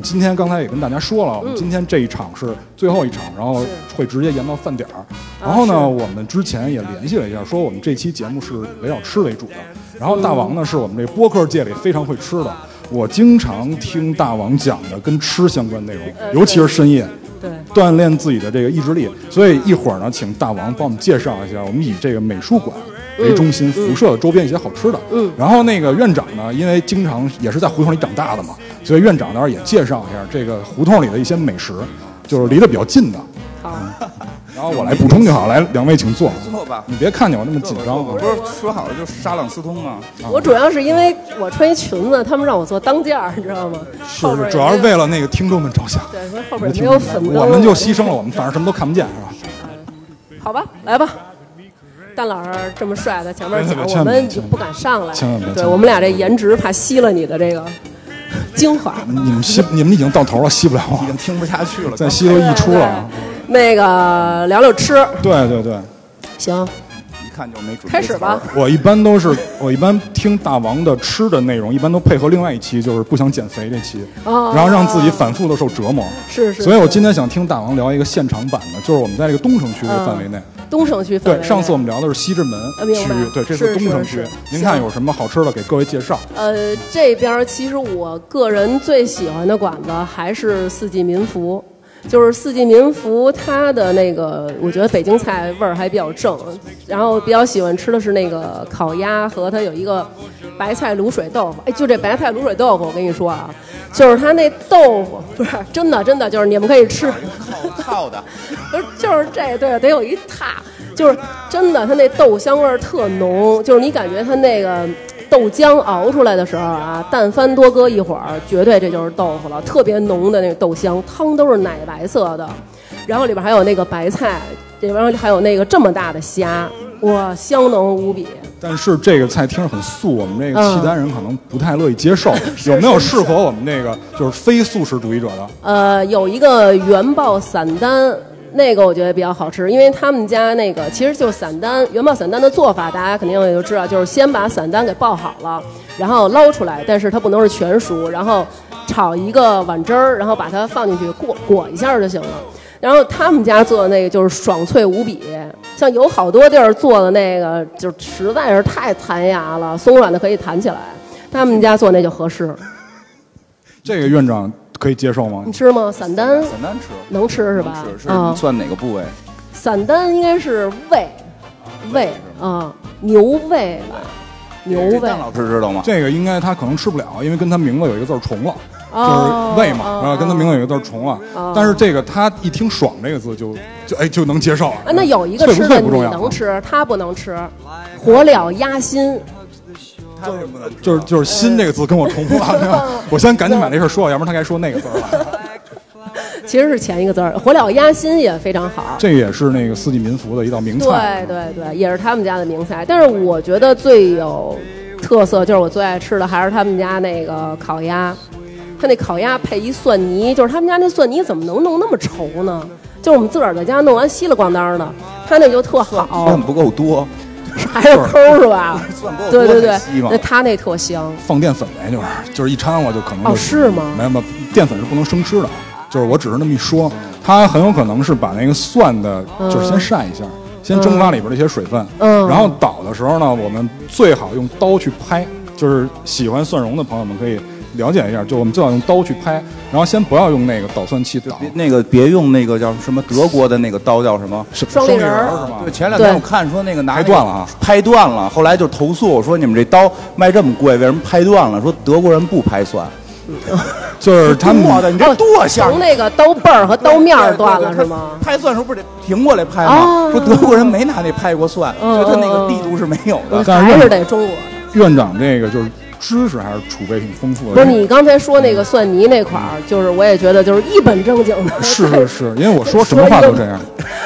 今天刚才也跟大家说了，我们今天这一场是最后一场，然后会直接延到饭点儿。然后呢，我们之前也联系了一下，说我们这期节目是围绕吃为主的。然后大王呢，是我们这播客界里非常会吃的。我经常听大王讲的跟吃相关内容，尤其是深夜，对，锻炼自己的这个意志力。所以一会儿呢，请大王帮我们介绍一下，我们以这个美术馆为中心辐射的周边一些好吃的。嗯然后那个院长呢，因为经常也是在胡同里长大的嘛，所以院长那儿也介绍一下这个胡同里的一些美食，就是离得比较近的。好，然后我来补充就好，来，两位请坐。坐吧你别看见我那么紧张我啊不。是说好了就是沙朗斯通吗？嗯 我主要是因为我穿一裙子，他们让我做当件儿，你知道吗？是后边是，也主要是没有为了那个听众们着想。对，说后边也没有粉灯，我们就牺牲了，我们反正什么都看不见，是吧？好吧，来吧。蛋老师这么帅，在前面哎讲，千我万别们就不敢上来。千万别千万别对我们俩这颜值怕吸了你的这个 精华。你们吸，你们已经到头了，吸不了了已经，听不下去了。再吸 都溢出 了。啊那个聊聊吃，对对对，行，一看就没准备。开始吧。。我一般都是，我一般听大王的吃的内容，一般都配合另外一期，就是不想减肥这期，哦然后让自己反复的受折磨。是是所以我今天想听大王聊一个现场版的，就是我们在这个东城区这个嗯范围内。东城区氛围对，内。上次我们聊的是西直门呃区明白，对，这次是东城区是是。您看行有什么好吃的，给各位介绍。呃，这边儿其实我个人最喜欢的馆子还是四季民福，就是四季民福它的那个，我觉得北京菜味儿还比较正。然后比较喜欢吃的是那个烤鸭和它有一个白菜卤水豆腐。哎，就这白菜卤水豆腐，我跟你说啊，就是它那豆腐不是真的真的，就是你们可以吃。靠靠的，不是 就是这对，得有一踏，就是真的，它那豆香味儿特浓，就是你感觉它那个豆浆熬出来的时候啊，但凡多搁一会儿，绝对这就是豆腐了，特别浓的那个豆香，汤都是奶白色的，然后里边还有那个白菜，里边还有那个这么大的虾，哇，香浓无比。但是这个菜听着很素，我们这个契丹人可能不太乐意接受。 是有没有适合我们那个就是非素食主义者的？呃，有一个元爆散丹，那个我觉得比较好吃，因为他们家那个其实就是散丹，元爆散丹的做法大家肯定也就知道，就是先把散丹给爆好了，然后捞出来，但是它不能是全熟，然后炒一个碗汁儿，然后把它放进去过裹一下就行了。然后他们家做的那个就是爽脆无比，像有好多地儿做的那个就实在是太弹牙了，松软的可以弹起来，他们家做那就合适。这个院长可以接受吗你？吃吗？散丹很难吃。能吃嗯是吧？是是啊，算哪个部位？散丹应该是胃，胃啊，牛胃吧，牛这胃蛋老师知道吗？这个应该他可能吃不了，因为跟他名字有一个字儿重了，哦就是胃嘛，哦然后跟他名字有一个字儿重了。哦但是这个他一听“爽”这个字就就哎就能接受了。啊，那有一个脆不吃脆的不你重要啊，能吃，他不能吃，火燎鸭心，他为什么不能吃？就是就是“心”这个字跟我重复 嗯了，我先赶紧把这事儿说了，要不然他该说那个字儿了。其实是前一个字儿，火燎鸭心也非常好。这也是那个四季民福的一道名菜。对对对，也是他们家的名菜。但是我觉得最有特色，就是我最爱吃的还是他们家那个烤鸭，他那烤鸭配一蒜泥，就是他们家那蒜泥怎么能弄那么稠呢？就是我们自个儿在家弄完稀里咣当的，他那就特好蒜，不够多，还有抠儿是 吧？蒜不够多对对对才稀，嘛那他那特香。放淀粉呗，就是就是一掺和就可能就哦是吗没有没有，淀粉是不能生吃的，就是我只是那么一说，它很有可能是把那个蒜的，就是先晒一下，先蒸发里边这些水分，嗯然后捣的时候呢，我们最好用刀去拍，就是喜欢蒜蓉的朋友们可以了解一下，就我们最好用刀去拍，然后先不要用那个捣蒜器捣，别那个别用那个叫什么德国的那个刀叫什么？是双立人儿儿是吗对，？前两天对我看说那个拿拍断了啊，拍断了。后来就投诉我说你们这刀卖这么贵，为什么拍断了？说德国人不拍蒜，就是他们剁的，你这剁哦下儿从那个刀背儿和刀面儿断了是吗？？拍蒜时候不是得停过来拍啊吗？说德国人没拿那拍过蒜，嗯所以他那个力度是没有的。但是还院是长得中国的。院长这个就是知识还是储备挺丰富的，不是你刚才说那个蒜泥那块儿，就是我也觉得就是一本正经的， 是啊是是，因为我说什么话都这样，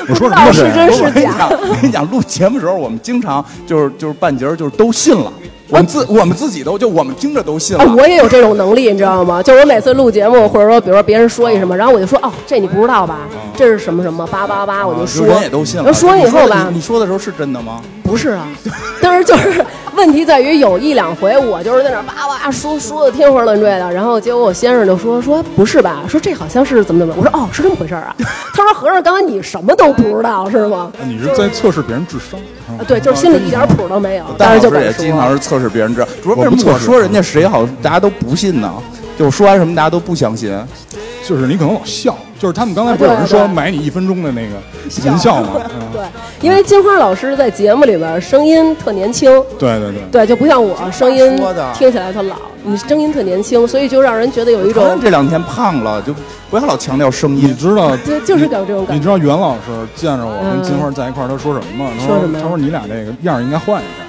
我说什么都这不知道样真。是我跟你假讲，我跟你讲，录节目时候我们经常就是就是半截儿就是都信了，我们自我们自己都就我们听着都信啊，了。我也有这种能力，你知道吗？就是我每次录节目，或者说比如说别人说一啊什么，然后我就说哦，这你不知道吧？这是什么什么八八八，我就啊就说人也都信了，啊然后说完以后吧你，你说的时候是真的吗？不不是啊，但是就是问题在于有一两回我就是在那儿哇哇说说的天花乱坠的，然后结果我先生就说说不是吧，说这好像是怎么怎么，我说哦是这么回事儿啊， 他说合着刚才你什么都不知道是吗？你是在测试别人智商啊啊对，就是心里一点谱都没有，当但时嗯老就师敢也说经常是测试别人知道，主要为我什不么测我试说人家谁好，大家都不信呢？就说完什么大家都不相信。就是你可能老笑，就是他们刚才不是有人啊对说对买你一分钟的那个淫笑 吗？嗯对，因为金花老师在节目里边声音特年轻，对对对，对，就不像我声音说的听起来特老，你声音特年轻，所以就让人觉得有一当然种这两天胖了，就不要老强调声你音。知道 就就是有这种感你觉。嗯知道袁老师见着我跟金花在一块儿，他说什么吗？他说什么呀他说你俩这个样儿应该换一下。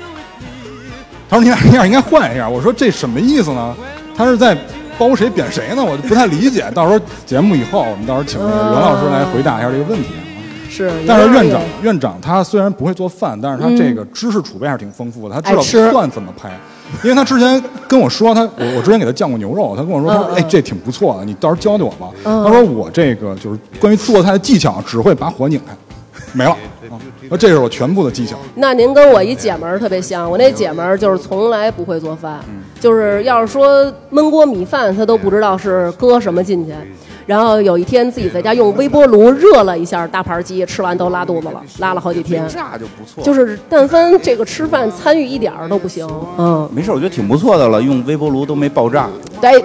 他说你俩这样儿应该换一下。我说这什么意思呢？他是在包谁贬谁呢？我就不太理解。到时候节目以后，我们到时候请那嗯个袁老师来回答一下这个问题。是，但是有点院长儿，院长他虽然不会做饭，但是他这个知识储备还是挺丰富的，他知道爱吃蒜怎么拍。因为他之前跟我说，他我我之前给他酱过牛肉，他跟我说，他说哎这挺不错的，你到时候教教我吧。他说我这个就是关于做菜的技巧，只会把火拧开，没了。啊那这是我全部的技巧。那您跟我一姐们儿特别像，我那姐们儿就是从来不会做饭，就是要是说焖锅米饭，她都不知道是搁什么进去。然后有一天自己在家用微波炉热了一下大盘鸡，吃完都拉肚子了，拉了好几天。炸就不错就是但凡这个吃饭参与一点儿都不行，嗯，没事，我觉得挺不错的了，用微波炉都没爆炸。对，哎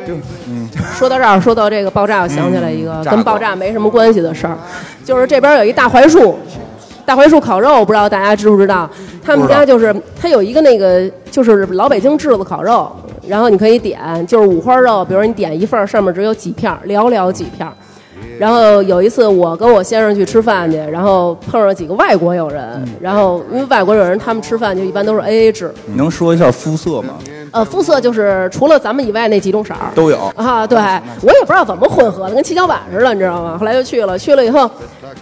说到这儿，说到这个爆炸，我想起来一个嗯炸跟过爆炸没什么关系的事儿，就是这边有一大槐 树，大槐树烤肉，不知道大家知不知道？他们家就是它有一个那个就是老北京炙子烤肉，然后你可以点就是五花肉，比如你点一份儿，上面只有几片儿，寥寥几片儿。嗯然后有一次，我跟我先生去吃饭去，然后碰上几个外国友人，然后因为外国友人他们吃饭就一般都是 A A 制，你能说一下肤色吗？呃，肤色就是除了咱们以外那几种色儿都有啊。对，我也不知道怎么混合的，跟七巧板似的，你知道吗？后来就去了，去了以后，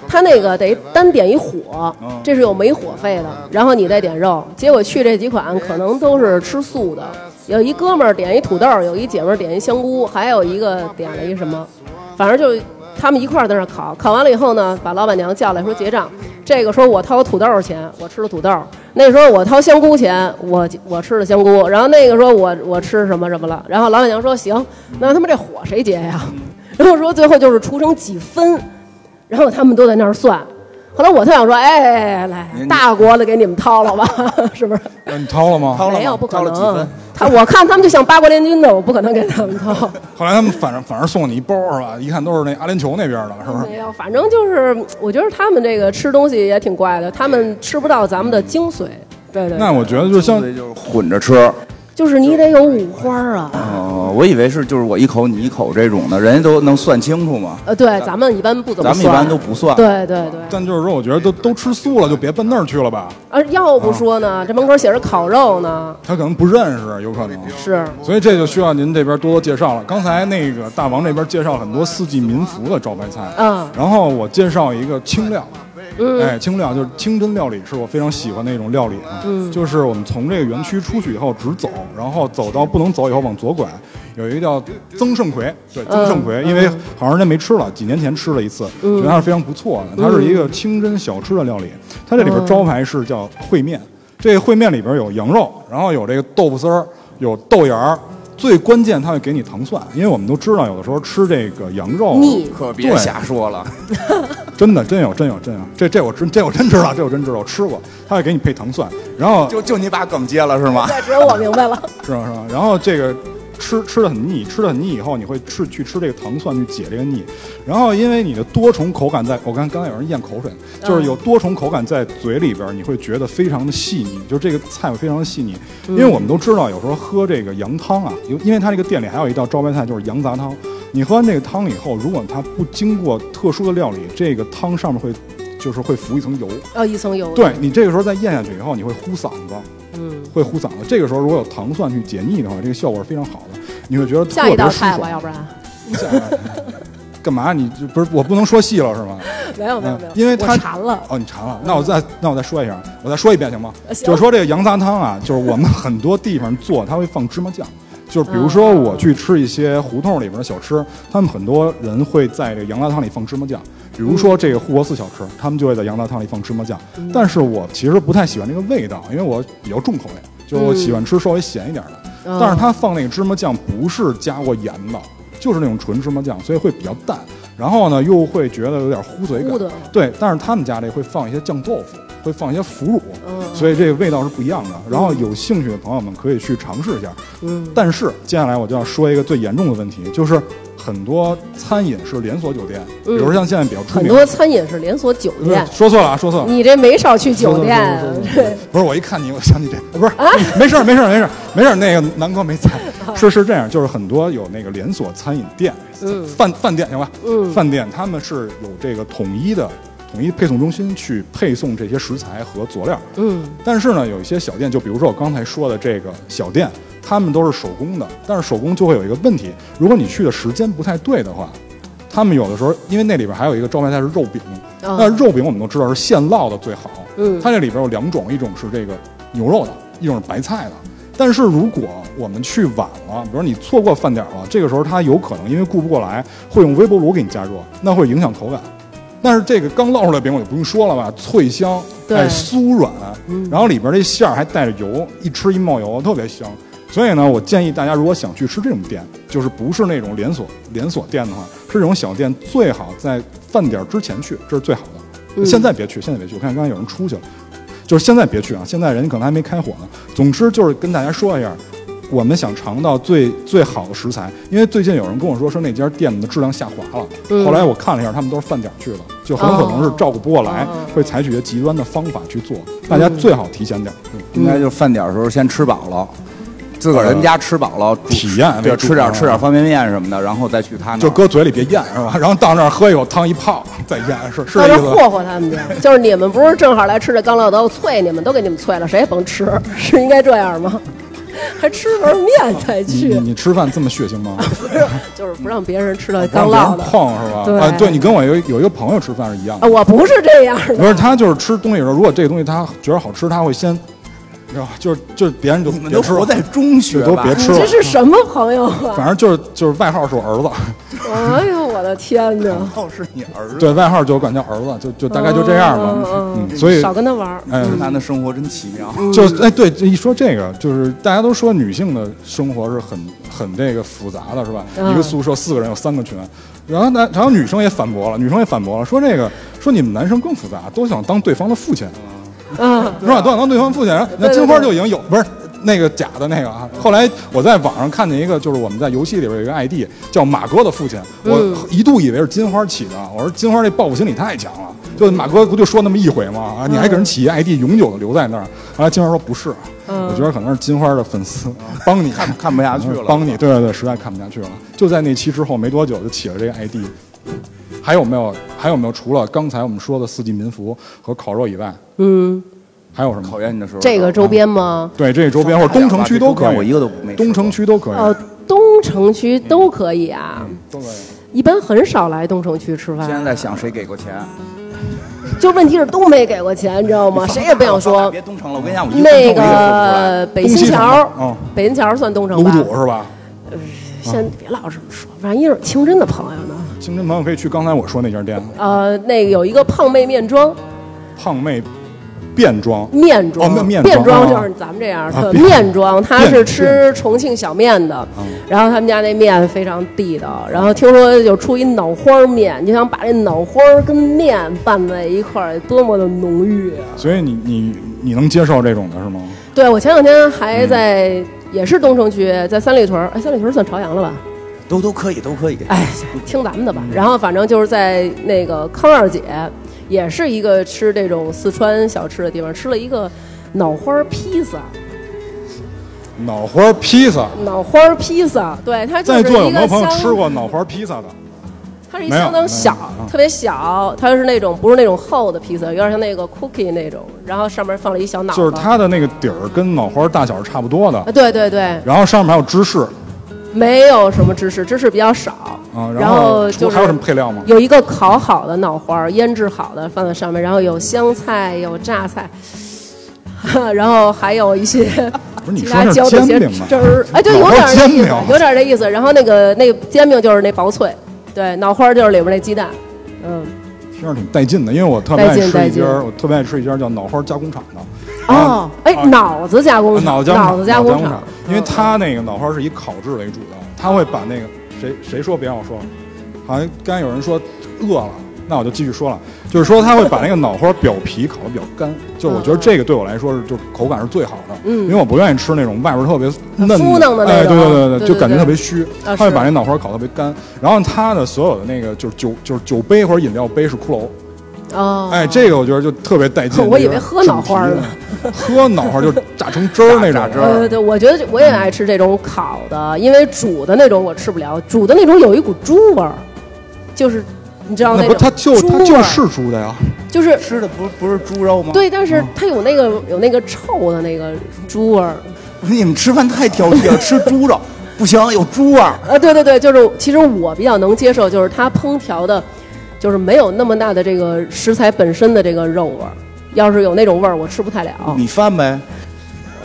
他那个得单点一火，这是有没火费的，然后你再点肉。结果去这几款可能都是吃素的，有一哥们儿点一土豆，有一姐们儿点一香菇，还有一个点了一什么，反正就他们一块儿在那儿烤，烤完了以后呢，把老板娘叫来说结账。这个说我掏土豆钱，我吃了土豆；那时候我掏香菇钱，我我吃了香菇。然后那个说我我吃什么什么了。然后老板娘说行，那他们这火谁结呀？ 然后说最后就是除成几分，然后他们都在那儿算。后来我特想说，哎，来你大锅的给你们掏了吧， 是不是？那你掏了吗？掏了吗没有，不可掏了几能分。他我看他们就像八国联军的，我不可能给他们掏。后来他们反正反正送你一包是吧？一看都是那阿联酋那边的，是不啊是？没有，反正就是，我觉得他们这个吃东西也挺怪的，他们吃不到咱们的精髓。对对，那我觉得就像所以就是混着吃。就是你得有五花啊。哦，我以为是就是我一口你一口这种的，人家都能算清楚吗？呃，对，咱们一般不怎么咱算，们一般都不算。对对对，但就是说，我觉得都都吃素了，就别奔那儿去了吧。而啊要不说呢，这门口写着烤肉呢，他可能不认识，有可能。是所以这就需要您这边多多介绍了。刚才那个大王这边介绍了很多四季民福的招牌菜，嗯然后我介绍一个清料，哎，清料就是清真料理，是我非常喜欢的一种料理啊。就是我们从这个园区出去以后直走，然后走到不能走以后往左拐，有一个叫曾盛奎，对，曾盛奎，因为好长时间没吃了，几年前吃了一次，觉得还是非常不错的。它是一个清真小吃的料理，它这里边招牌是叫烩面。这个烩面里边有羊肉，然后有这个豆腐丝儿，有豆芽儿，最关键它会给你糖蒜，因为我们都知道有的时候吃这个羊肉腻可别对瞎说了，真的真有真有真有，这这我真这我真知道，这我真知道，我吃过，它会给你配糖蒜，然后就就你把梗接了是吗？ 对，只有我明白了。是吧是吧？然后这个吃吃的很腻，吃的很腻以后，你会吃去吃这个糖蒜去解这个腻，然后因为你的多重口感在，我刚刚才有人咽口水，就是有多重口感在嘴里边，你会觉得非常的细腻，就这个菜会非常的细腻，因为我们都知道有时候喝这个羊汤啊，因为因为它这个店里还有一道招牌菜就是羊杂汤，你喝完这个汤以后，如果它不经过特殊的料理，这个汤上面会就是会浮一层油。要一层油，对你这个时候再咽下去以后，你会呼嗓子，嗯，会呼嗓子。这个时候如果有糖蒜去解腻的话，这个效果是非常好的，你会觉得特下一别道舒菜吧，爽。要不然下一道菜干嘛？你就不是我不能说细了是吗？没有没有嗯没有，因为我它馋了，哦，你馋了，那我再那我再说一下，我再说一遍行吗？行就是说这个羊杂汤啊，就是 我们很多地方做，它会放芝麻酱。就是嗯比如说我去吃一些胡同里边的小吃，他们很多人会在这个羊杂汤里放芝麻酱，比如说这个护国寺小吃，他们就会在羊杂汤里放芝麻酱，嗯但是我其实不太喜欢这个味道，因为我比较重口味，就是我喜欢吃稍微咸一点的。嗯但是它放那个芝麻酱不是加过盐的，就是那种纯芝麻酱，所以会比较淡。然后呢，又会觉得有点糊嘴糊的感。对，但是他们家这会放一些酱豆腐，会放一些腐乳，嗯所以这个味道是不一样的。然后有兴趣的朋友们可以去尝试一下。嗯但是接下来我就要说一个最严重的问题，就是很多餐饮是连锁酒店，比如像现在比较出嗯很名，多餐饮是连锁酒不是店，说错了啊，说错了。你这没少去说错酒了店，啊说错了说错了不是我一看你，我想起这，呃不是，没事儿，没事儿，没事儿，没事儿。那个南哥没在，是是这样，就是很多有那个连锁餐饮店，饭饭店行吧，嗯饭店他们是有这个统一的统一配送中心去配送这些食材和佐料，嗯但是呢，有一些小店，就比如说我刚才说的这个小店，他们都是手工的，但是手工就会有一个问题，如果你去的时间不太对的话，他们有的时候，因为那里边还有一个招牌菜是肉饼，啊那肉饼我们都知道是现烙的最好，嗯它这里边有两种，一种是这个牛肉的，一种是白菜的。但是如果我们去晚了，比如你错过饭点了，这个时候它有可能因为顾不过来，会用微波炉给你加热，那会影响口感。但是这个刚烙出来的饼我就不用说了吧，脆香，对嗯哎酥软，然后里边这馅儿还带着油，一吃一冒油，特别香。所以呢，我建议大家如果想去吃这种店，就是不是那种连锁连锁店的话，是这种小店最好在饭点儿之前去，这是最好的。嗯现在别去，现在别去，我看刚才有人出去了，就是现在别去啊，现在人家可能还没开火呢。总之就是跟大家说一下。我们想尝到最最好的食材，因为最近有人跟我说说那家店的质量下滑了。嗯后来我看了一下，他们都是饭点儿去的，就很可能是照顾不过来，哦会采取一些极端的方法去做。大家最好提前点儿，嗯应该就是饭点儿的时候先吃饱了，自个儿人家吃饱了，体验为对，主吃点啊儿吃点儿方便面什么的，然后再去他嗯那儿就搁嘴里别咽是吧？然后 到那儿喝一口汤一泡再咽， 是是到这意这儿思吧。霍霍他们去，就是你们不是正好来吃这刚烙豆腐脆，你们都给你们脆了，谁也甭吃，是应该这样吗？还吃碗面才你去你，你吃饭这么血腥吗？ 就是不让别人吃到嗯不让 刚别烙人的碰是吧？对啊，对你跟我有一有一个朋友吃饭是一样的，啊！我不是这样的，不是他就是吃东西的时候，如果这个东西他觉得好吃，他会先，你知道吧？就是就是别人就你们别都吃了活，在中学都吧别吃你这了。是什么朋友啊？反正就是就是外号是我儿 子，哎呦，我的天哪！哦，是你儿子。对外号就管叫儿子，就就大概就这样吧。嗯嗯，所以少跟他玩儿。哎，直男的生活真奇妙。就是哎，对，一说这个，就是大家都说女性的生活是很很这个复杂的，是吧？嗯一个宿舍四个人有三个群，然后男，然后女生也反驳了，女生也反驳了，说这个说你们男生更复杂，都想当对方的父亲，嗯，是吧？都想当对方父亲。然后那金花就已经有不是那个假的那个啊。后来我在网上看见一个，就是我们在游戏里边有一个 ID 叫马哥的父亲，我一度以为是金花起的，我说金花这报复心理太强了，就马哥不就说那么一回吗？啊，你还给人起一 ID 永久的留在那儿。后来金花说不是，啊我觉得可能是金花的粉丝啊帮你看看不下去了帮你对对对，实在看不下去了。就在那期之后没多久就起了这个嗯 ID。还有没有？还有没有？除了刚才我们说的四季民福和烤肉以外，嗯，还有什么？考验你的时候，这个周边吗？对，这周边或者东城区都可这以，周边我一个都没吃过啊东城区都可以，哦，东城区都可以啊，都可以。一般很少来东城区吃现在饭。在想谁给过钱，就问题是都没给过钱，你知道吗？谁也不想说。别东城了，我跟你讲，我一那东城我一说不出来个北新东西城吧嗯桥，北新桥算东城卤吧？煮是吧？先别老这么说，万一是清真的朋友呢？清真朋友可以去刚才我说那家店，呃，那个有一个胖妹面庄，胖妹便装。面哦庄，面面庄面庄啊就是咱们这样啊的面面庄，他面啊是吃重庆小面的，然后他们家那面非常地道，然后听说有出一脑花儿面，你想把这脑花儿跟面拌在一块儿，多么的浓郁啊！所以你你你能接受这种的是吗？对我前两天嗯还在也是东城区，在三里屯儿，哎，三里屯儿算朝阳了吧？都都可以，都可以。哎，听咱们的吧。然后反正就是在那个康二姐，也是一个吃这种四川小吃的地方，吃了一个脑花儿披萨。脑花披萨，脑花儿披萨，对，它就在是座有一没有个朋友相，吃过脑花披萨的？它是一没有相当没小有啊，特别小，它是那种不是那种厚的披萨，有点像那个 cookie 那种，然后上面放了一小脑，就是，它的那个底儿跟脑花大小是差不多啊，的，对对对，然后上面还有芝士没有什么芝士，芝士比较少，啊，然后除就是还有什么配料吗？有一个烤好的脑花儿，腌制好的放在上面，然后有香菜，有榨菜， 然后还有一些不是你其说他那浇是的一煎些饼吗汁？儿，哎，就有脑点花儿煎这意饼思，有点儿这意思。然后那个那煎饼就是那薄脆，对，脑花儿就是里边那鸡蛋，嗯，听着挺带劲的，因为我特别爱带劲吃带一劲家，我特别爱吃一家叫脑花加工厂的。哦，哎，脑子加工啊厂，脑哦脑浆厂子加脑浆工嗯厂，因为它那个脑花是以烤制为主的，它会把那个谁谁说别让我说了，好像刚才有人说饿了，那我就继续说了，就是说它会把那个脑花表皮烤得比较干，就是我觉得这个对我来说是就是口感是最好的，嗯因为我不愿意吃那种外边特别嫩酥嫩的那哎，对种对对对对就感觉对特别虚，啊它会是把那脑花烤得特别干，然后它的所有的那个就是酒就是酒杯或者饮料杯是骷髅。哦，哎，这个我觉得就特别带劲。我以为喝脑花儿呢整皮的，喝脑花儿就是榨成汁儿那种。榨榨汁对儿对对，我觉得我也爱吃这种烤的，因为煮的那种我吃不了，煮的那种有一股猪味儿，就是你知道那种不，它就猪它味就儿是嗯猪的呀。就是吃的不是不是猪肉吗？，对，但是啊它有那个有那个臭的那个猪味儿，你们吃饭太挑 剔了，吃猪肉不行，有猪味儿。呃，对对对，就是其实我比较能接受，就是它烹调的，就是没有那么大的这个食材本身的这个肉味儿。要是有那种味儿，我吃不太了。嗯米饭呗，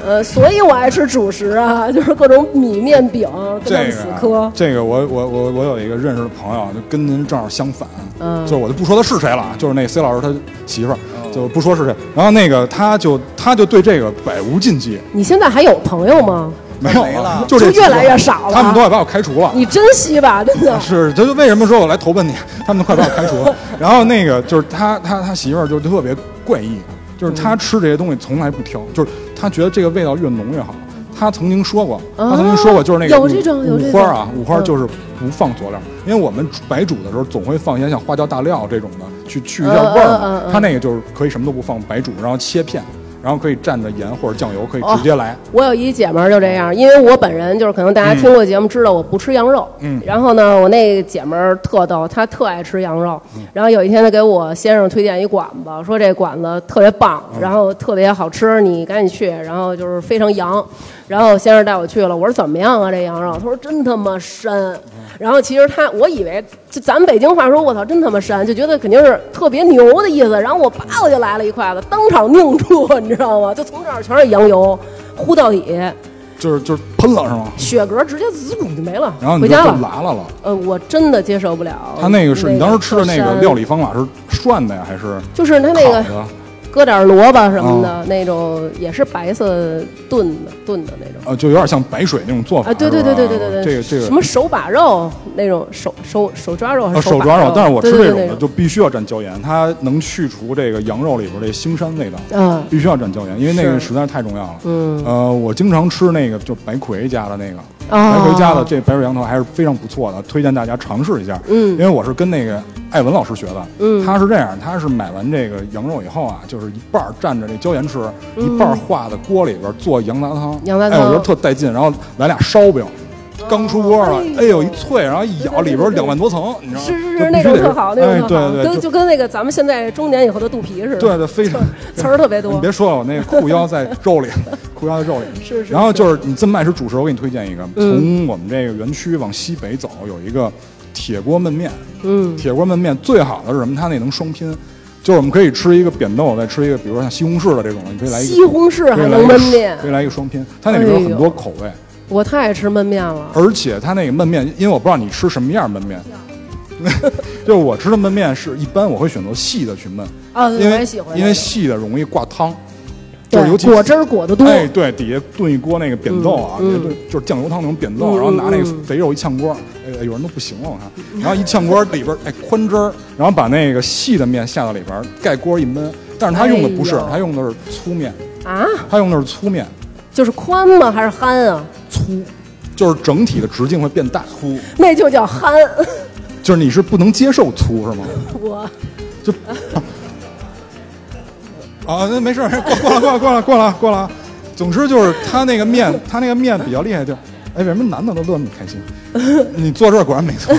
呃，所以我爱吃主食啊，就是各种米面饼，跟他这们个死磕啊。这个我我我我有一个认识的朋友，就跟您正好相反。嗯就是我就不说他是谁了啊，就是那 C 老师他媳妇儿，哦就不说是谁。然后那个他就他就对这个百无禁忌，你现在还有朋友吗？没有没了就这就越几个来越少了他们都要把我开除了。你珍 惜吧，真的。啊是，这就为什么说我来投奔你， 他们都快把我开除了。然后那个就是他他他媳妇儿就特别怪异，就是嗯他吃这些东西从来不挑，就是他觉得这个味道越浓越好。他曾经说过，他曾经说过，就是那个啊有五这种有这五种花啊，五花嗯就是不放佐料，因为我们煮白煮的时候总会放一些像花椒大料这种的去去一下嗯味儿嗯嘛嗯。嗯他那个就是可以什么都不放，白煮，然后切片，然后可以蘸着盐或者酱油，可以哦直接来。我有一姐们儿就这样，因为我本人就是可能大家听过节目知道我不吃羊肉，嗯然后呢，我那姐们儿特逗，她特爱吃羊肉，嗯然后有一天她给我先生推荐一馆子，说这馆子特别棒，嗯然后特别好吃，你赶紧去，然后就是非常羊，然后先生带我去了，我说怎么样啊这羊肉？他说真他妈膻，然后其实他我以为就咱们北京话说我操真他妈膻，就觉得肯定是特别牛的意思，然后我叭我就来了一筷子，当场拧住，你知道吗？就从这儿全是羊油。呼到底，就是就是喷了是吗？血嗝直接滋就没了，然后你回就家就了。拉了了。呃，我真的接受不了。他那个是你当时吃的那特个膻料，理方法是涮的呀，还是就是他那烤个的？搁点萝卜什么的那种，也是白色炖的炖的那种。呃，就有点像白水那种做法。啊，对对是吧对对对对对，这个这个什么手把肉那种手手手抓肉还呃是手把抓肉，但是我吃这对对种对的对就必须要蘸椒盐，它能去除这个羊肉里边这腥膻味道。嗯必须要蘸椒盐，因为那个是实在是太重要了。嗯呃，我经常吃那个，就白葵家的那个，啊白葵家的这白水羊头还是非常不错的，推荐大家尝试一下。嗯因为我是跟那个艾文老师学的，嗯他是这样，他是买完这个羊肉以后啊，就是一半儿蘸着这椒盐吃，一半儿化在锅里边做羊杂汤，嗯羊杂哎，我觉得汤特带劲。然后来俩烧饼。刚出锅了，哎哎呦呦一脆，然后一咬里边儿两万多层，你知道吗？是是就是必那须种得特好，那哎种特好，对对，跟就跟那个咱们现在中年以后的肚皮似的，对对，非常词儿特别多你别说了，我那个裤腰在肉 里，裤腰在肉里。是是嗯然后就是你这么爱吃主食，我给你推荐一个，从我们这个园区往西北走有一个铁锅焖面。嗯铁锅焖面最好的是什么？它那能双拼，就是我们可以吃一个扁豆，再吃一个，比如说像西红柿的这种的，你可以来一个西红柿可还以来一能个焖面哎可，以来一个双拼。它那里边有很多口味，我太爱吃焖面了。而且它那个焖面，因为我不知道你吃什么样焖 面。就是我吃的焖面是一般我会选择细的去焖，啊，因我为也喜欢那个，因为细的容易挂汤，就是尤对其果汁儿裹得多，哎，对，底下炖一锅那个扁豆啊，嗯嗯底下炖就是酱油汤那种扁豆，嗯然后拿那个嗯肥肉一炝锅，哎，有人都不行了，我看，然后一炝锅里边哎宽汁儿，然后把那个细的面下到里边儿，盖锅一焖，但是他用的不是哎呦，他用的是粗面，啊，他用的是粗面，就是宽吗？还是憨啊？粗，就是整体的直径会变大，粗，那就叫憨。就是你是不能接受粗是吗？我就啊，那没事儿，过过了，过了，过了，过了，过了啊。总之就是他那个面，他那个面比较厉害的地儿。哎，为什么男的都乐那么开心？你坐这儿果然没错。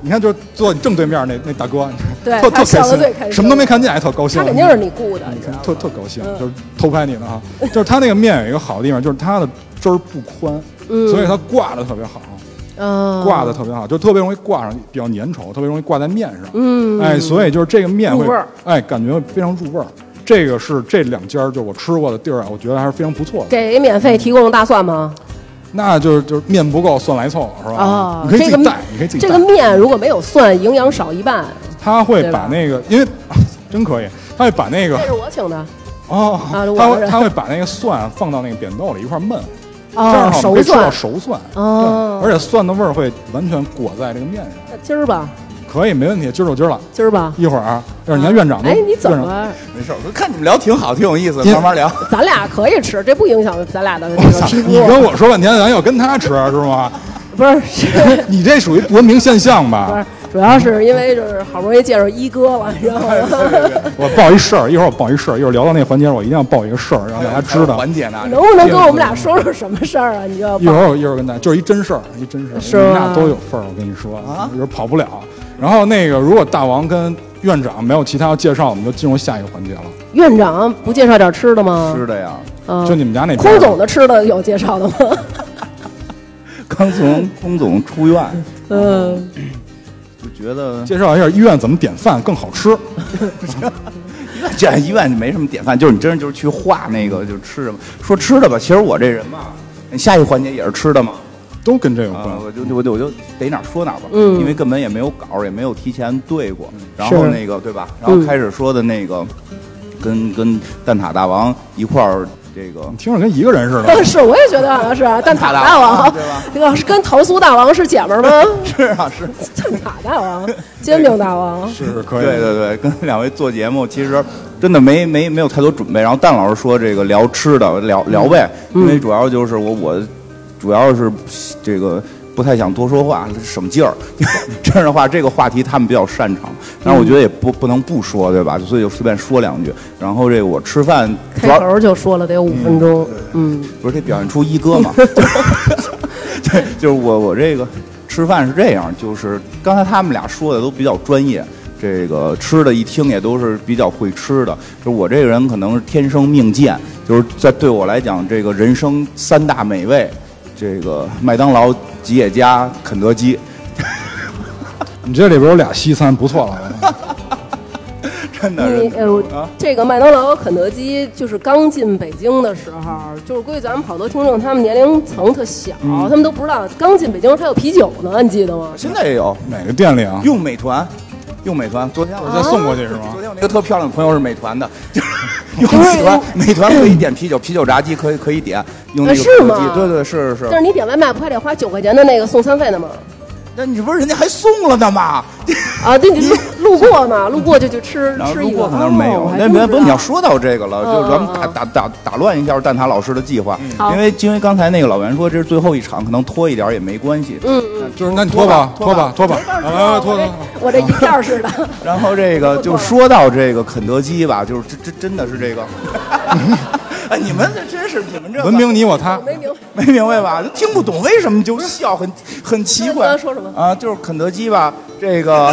你看，就是坐你正对面那那大哥，对特他特开笑得心最开，心什么都没看见，还特高兴。他肯定是你雇的，你知道吗？特特高兴，就是偷拍你呢啊！就是他那个面有一个好地方，就是它的汁儿不宽，所以它挂的特别好。嗯，挂的特别好，就特别容易挂上，比较粘稠，特别容易挂在面上。嗯，哎，所以就是这个面会入味儿，哎，感觉非常入味儿。这个是这两家儿，就我吃过的地儿啊，我觉得还是非常不错的。给免费提供大蒜吗？那就是就是面不够，蒜来凑，是吧？啊你可以这自个己带，你可以自己这带。个面如果没有蒜，营养少一半。他会对吧啊把那个，因为、啊真可以，他会把那 个这是我请的哦，啊我他是会他会把那个蒜放到那个扁豆里一块焖，这样的，话哦我熟们可以吃到蒜熟蒜，哦对而且蒜的味儿会完全裹在这个面上，那今儿吧，可以，没问题，今儿就今儿了。今儿吧。一会儿啊让人家院长都哎，你怎院长么？没事儿，我看你们聊挺好，挺有意思，因慢 慢聊。咱俩可以吃，这不影响咱俩的这我个操皮肤你。跟我说半天，咱要跟他吃啊是吗？不是，是你这属于不文明现象不吧是？，主要是因为就是好不容易介绍一哥了，然 后我报一事儿，一会儿我报一事儿，一会儿聊到那环节，我一定要报一个事儿，让大家知道。环节呢，能不能跟我们俩说说什么事儿啊？你就一会儿我一会儿跟大家，就是一真事儿，一真事儿，是你们吗俩都有份儿，我跟你说，啊一会儿跑不了。然后那个，如果大王跟院长没有其他要介绍，我们就进入下一个环节了，院长不介绍点吃的吗？吃的呀。啊就你们家那边空总的吃的有介绍的吗？刚 从龚总出院，嗯，就觉得介绍一下医院怎么点饭更好吃。 这医院就没什么典范，就是你真是就是去画那个就吃什么。说吃的吧，其实我这人嘛，下一环节也是吃的嘛。都跟这有关啊，。我就我就我就逮哪儿说哪儿吧，嗯因为根本也没有稿儿，也没有提前对过，然后是那个对吧？然后嗯开始说的那个，跟跟蛋挞大王一块儿这个你听着跟一个人似的，但 是我也觉得好像是啊，蛋挞大王对 吧，这个是跟桃酥大王是姐们儿吗？ 是啊是， 蛋挞大王、煎饼大 王，是可以。对对对，跟两位做节目其实真的没没没有太多准备。然后蛋老师说这个聊吃的聊聊呗，因为主要就是我我主要是这个。不太想多说话，省劲儿。 这样的话，这个话题他们比较擅长，但是我觉得也不不能不说，对吧？所以就随便说两句。然后这个我吃饭主开要头就说了得有五分钟，嗯，不是得表现出一哥嘛？对，就是我我这个吃饭是这样，就是刚才他们俩说的都比较专业，这个吃的一听也都是比较会吃的。就是我这个人可能是天生命贱，就是在对我来讲，这个人生三大美味，这个麦当劳、吉野家、肯德基，你这里边有俩西餐，不错了。 真的你是哎呦啊，这个麦当劳、肯德基就是刚进北京的时候，就是估计咱们好多听众他们年龄层特小，嗯他们都不知道刚进北京的时候还有啤酒呢，你记得吗？现在也有哪个店里啊？用美团，用美团。昨天我啊我再送过去是吗昨？天我那个特漂亮的朋友是美团的， 就是用美团，美团可以点啤酒，啤酒炸鸡可以可以点，用那啊个是肯德吗基，对对是是但是是。你点外卖不还得花九块钱的那个送餐费呢吗？那你不是人家还送了呢吗？啊，对，你路路过嘛，路过就去吃然后吃如一个果。可能没有哦，那别不是你要，说到这个了，嗯就咱们打嗯打打打乱一下蛋挞老师的计划，好因为因为刚才那个老袁说这是最后一场，可能拖一点也没关系。嗯嗯，就是那你拖吧，拖拖吧吧，拖吧，来啊来来，拖拖。哎我这一片儿似的。然后这个就说到这个肯德基吧，就是这这真的是这 个， 哎，你们这真是你们这个文明你我他啊我，没明白，没明白吧？就听不懂为什么就笑，很很奇怪。那你刚才说什么啊？就是肯德基吧，这个，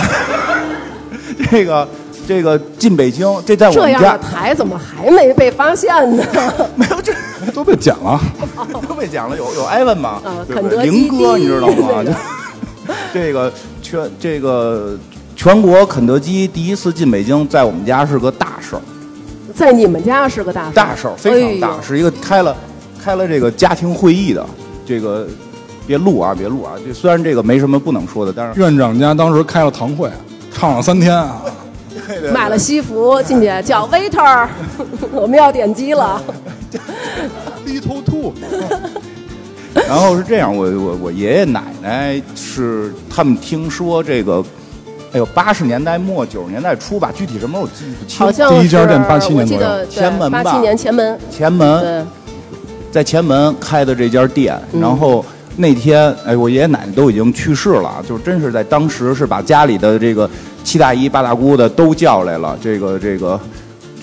这个，这个进北京，这在我这们样家的台怎么还没被发现呢？ 没有 这。都被剪 了。都被讲了，有有艾文吗？啊对不肯对德基林哥，你知道吗？那个 就这个全这个全国肯德基第一次进北京，在我们家是个大事儿，在你们家是个大事儿大事儿非常哎大，呦是一个开了开了这个家庭会议的这个。别录啊，别录啊！这虽然这个没什么不能说的，但是院长家当时开了堂会，唱了三天 啊。买了西服进去叫 waiter，我 们要点鸡了。 Little two，然后是这样，我我我爷爷奶奶是他们听说这个，哎呦，八十年代末九十年代初吧，具体什么时候我记不清。好像第一家是店87我年记左右得前门吧嗯八七年前门，前门对，在前门开的这家店，然后那天哎，我爷爷奶奶都已经去世了，就是真是在当时是把家里的这个七大姨八大姑的都叫来了，这个这个。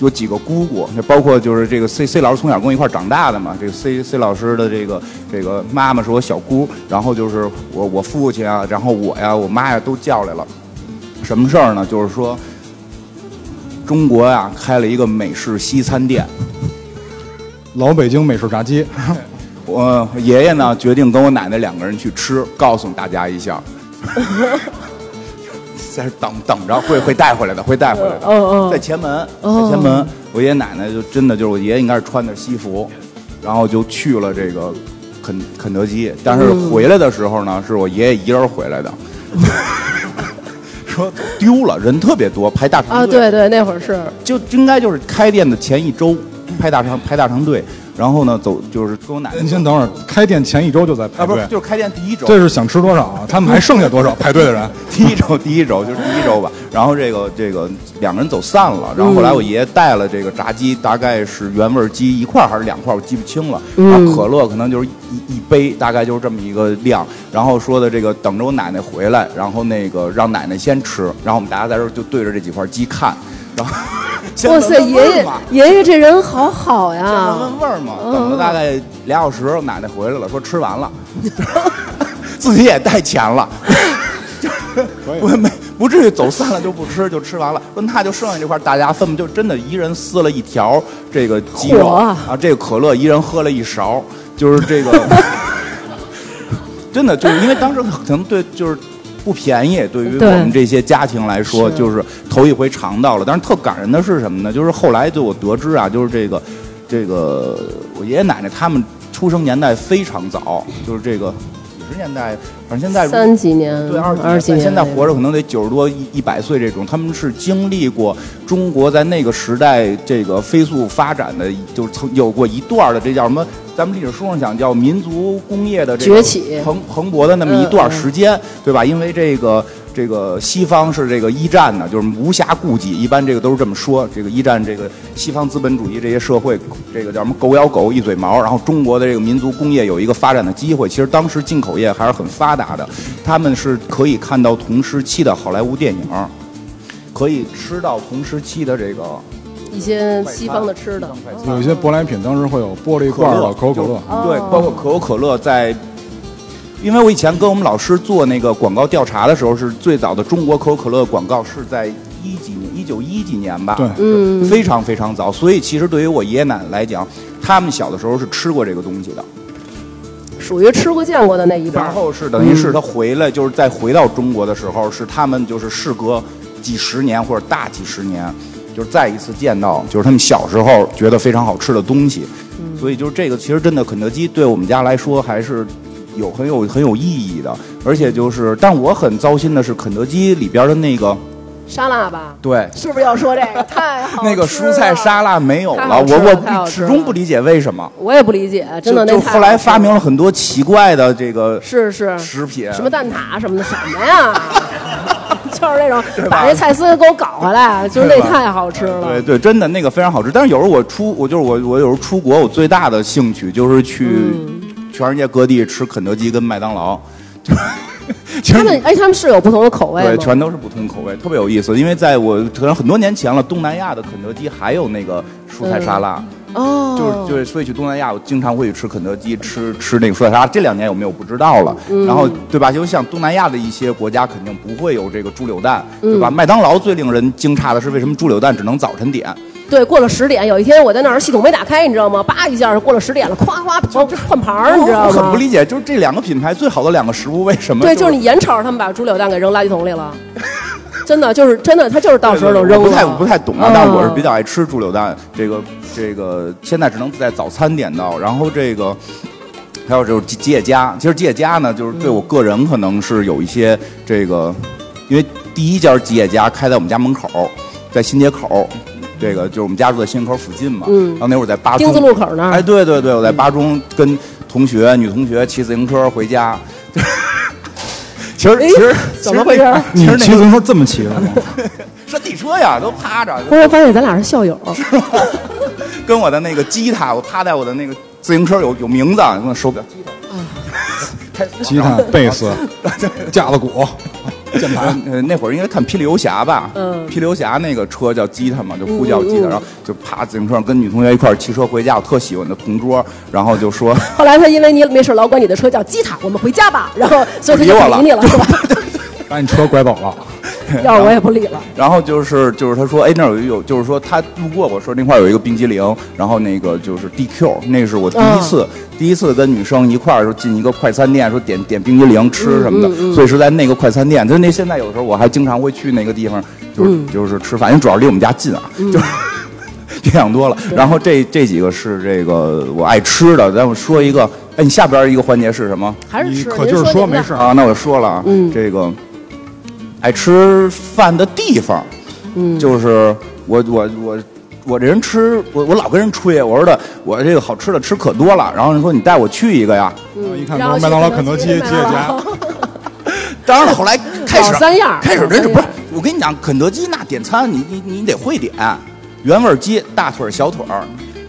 有几个姑姑，包括就是这个 C C 老师从小跟我一块儿长大的嘛，这个 C C 老师的这个这个妈妈是我小姑，然后就是我我父亲啊，然后我呀我妈呀都叫来了，什么事儿呢？就是说中国呀开了一个美式西餐店，老北京美式炸鸡，我爷爷呢决定跟我奶奶两个人去吃，告诉大家 一下，在这等等着，会会带回来的，会带回来的。嗯嗯在前门，在前门，我爷爷奶奶就真的就是我爷爷应该是穿的西服，然后就去了这个肯嗯 肯德基，但是回来的时候呢，是我爷爷一人回来的。车丢了，人特别多，排大长啊，对队。对，那会儿是就应该就是开店的前一周排大长排大长队，然后呢走就是跟我奶奶您先等会儿，开店前一周就在排啊不队是，就是开店第一周，这是想吃多少啊？他们还剩下多少排队的人？ 第一周， 第一周就是第一周吧。然后这个这个两个人走散了，然后后来我爷爷带了这个炸鸡，大概是原味鸡一块儿还是两块儿，我记不清了。然后可乐可能就是一一杯，大概就是这么一个量。然后说的这个等着我奶奶回来，然后那个让奶奶先吃，然后我们大家在这儿就对着这几块鸡看，然后 先哇闻塞，闻味儿爷爷嘛爷爷这人好好先闻呀闻，味儿嘛，嗯等了大概俩小时，我奶奶回来了，说吃完了， 自己也带钱了。 可以不没不至于走散了就不吃，就吃完了。说那就剩下这块，大家分吧，就真的一人撕了一条这个鸡肉嚯啊，这个可乐一人喝了一勺，就是这个， 真的就是因为当时可能对就是。不便宜，对于我对们这些家庭来说，是就是头一回尝到了。但是特感人的是什么呢？就是后来就我得知啊，就是这个，这个我爷爷奶奶他们出生年代非常早，就是这个几十年代，反正现在如三几年，对，二二十几年，年，现在活着可能得九十多、一一百岁这种，他们是经历过中国在那个时代这个飞速发展的，就是曾有过一段的这叫什么？咱们历史书上讲叫民族工业的这个崛起蓬蓬勃的那么一嗯段时间，对吧？因为这个。这个西方是这个一战呢，就是无暇顾及，一般这个都是这么说。这个一战，这个西方资本主义这些社会，这个叫什么狗咬狗一嘴毛，然后中国的这个民族工业有一个发展的机会。其实当时进口业还是很发达的，他们是可以看到同时期的好莱坞电影，可以吃到同时期的这个一些西方的吃的西方快，餐有一些舶来品当时会有玻璃罐儿的可口可乐，哦对，包括可口可乐在。因为我以前跟我们老师做那个广告调查的时候，是最早的中国可口可乐广告是在一几年，一九一几年吧，对嗯，非常非常早。所以其实对于我爷爷奶奶来讲，他们小的时候是吃过这个东西的。属于吃过见过的那一辈儿然。后是等于是他回来，就是再回到中国的时候，是他们就是事隔几十年或者大几十年，就是再一次见到，就是他们小时候觉得非常好吃的东西。嗯所以就是这个，其实真的肯德基对我们家来说还是有很有很有意义的。而且就是，但我很糟心的是，肯德基里边的那个沙拉吧，对。是不是要说这个？ 太好吃了那个蔬菜，沙拉没有太了，好吃我了太好我吃始了终不理解为什么，我也不理解，真就的那就太后来发明好了啊很多奇怪的这个吃了，是是食品，什么蛋挞什么的，什么呀？ 就是那种 对吧把那菜丝给我搞回来，就是那对吧太好吃了。对对，真的那个非常好吃。但是有时候我出，我就是我，我有时候出国，我最大的兴趣就是去嗯全世界各地吃肯德基跟麦当劳。其实他们哎，他们是有不同的口味对吗？全都是不同口味，特别有意思。因为在我可能很多年前了，东南亚的肯德基还有那个蔬菜沙拉，哦，就是就是所以去东南亚，我经常会去吃肯德基，吃吃那个蔬菜沙拉。这两年有没有不知道了。嗯然后对吧？就像东南亚的一些国家肯定不会有这个猪柳蛋，对嗯吧？麦当劳最令人惊诧的是为什么猪柳蛋只能早晨点。对，过了十点，有一天我在那儿系统没打开，你知道吗？叭一下过了十点了，夸夸换换盘儿，你知道我吗？哦很不理解，就是这两个品牌最好的两个食物为什么？对，就是你眼瞅着他们把猪柳蛋给扔垃圾桶里了，真的就是真的，他就是到时候就扔了。我不太我不太懂啊嗯，但是我是比较爱吃猪柳蛋，这个这个现在只能在早餐点到，然后这个。还有就是吉吉野家，其实吉野家呢，就是对我个人可能是有一些这个，因为第一家吉野家开在我们家门口，在新街口，这个就是我们家住在新街口附近嘛。嗯然后那会儿在八中丁字路口那哎，儿，对对对，我在八中跟同学、女同学骑自行车回家。 其实哎其实怎么回事儿其你实那骑个自行车这么骑的吗？山地车呀，都趴着，忽然发现咱俩是校友，跟我的那个吉他，我趴在我的那个自行车有有名字，跟我手表吉他。开吉 他、贝斯、架子鼓、键盘，呃，那会儿应该看《霹雳游侠》吧，嗯霹雳游侠》那个车叫吉他嘛，就呼叫吉他，然后就趴自行车上跟女同学一块儿骑车回家，我特喜欢的同桌，然后就说后来他因为你没事老管你的车叫吉他，我们回家吧，然后所以他理就我不理你 了，是吧？把你车拐走了。 要是我也不理了。然后就是就是他说，哎，那儿有有，就是说他路过我说那块儿有一个冰激凌，然后那个就是 DQ，那是我第一次、第一次跟女生一块儿说进一个快餐店，说点点冰激凌吃什么的，所以是在那个快餐店。就是那现在有时候我还经常会去那个地方，就是、就是吃饭，因为主要离我们家近啊，就是。 别想多了，然后这这几个是这个我爱吃的，咱们说一个，哎，你下边一个环节是什么？还是你吃，可您啊就是说说您的没事儿啊，那我说了啊，这个爱吃饭的地方。嗯，就是我我我我这人吃我我老跟人吹，我说的我这个好吃的吃可多了，然后人说你带我去一个呀，啊一看然都后是麦当劳、嗯去肯德基、吉野家，当然了，后来开始老三样儿开始真是老三不样是儿？我跟你讲，肯德基那点餐，你你你得会点，原味鸡、大腿儿、小腿儿，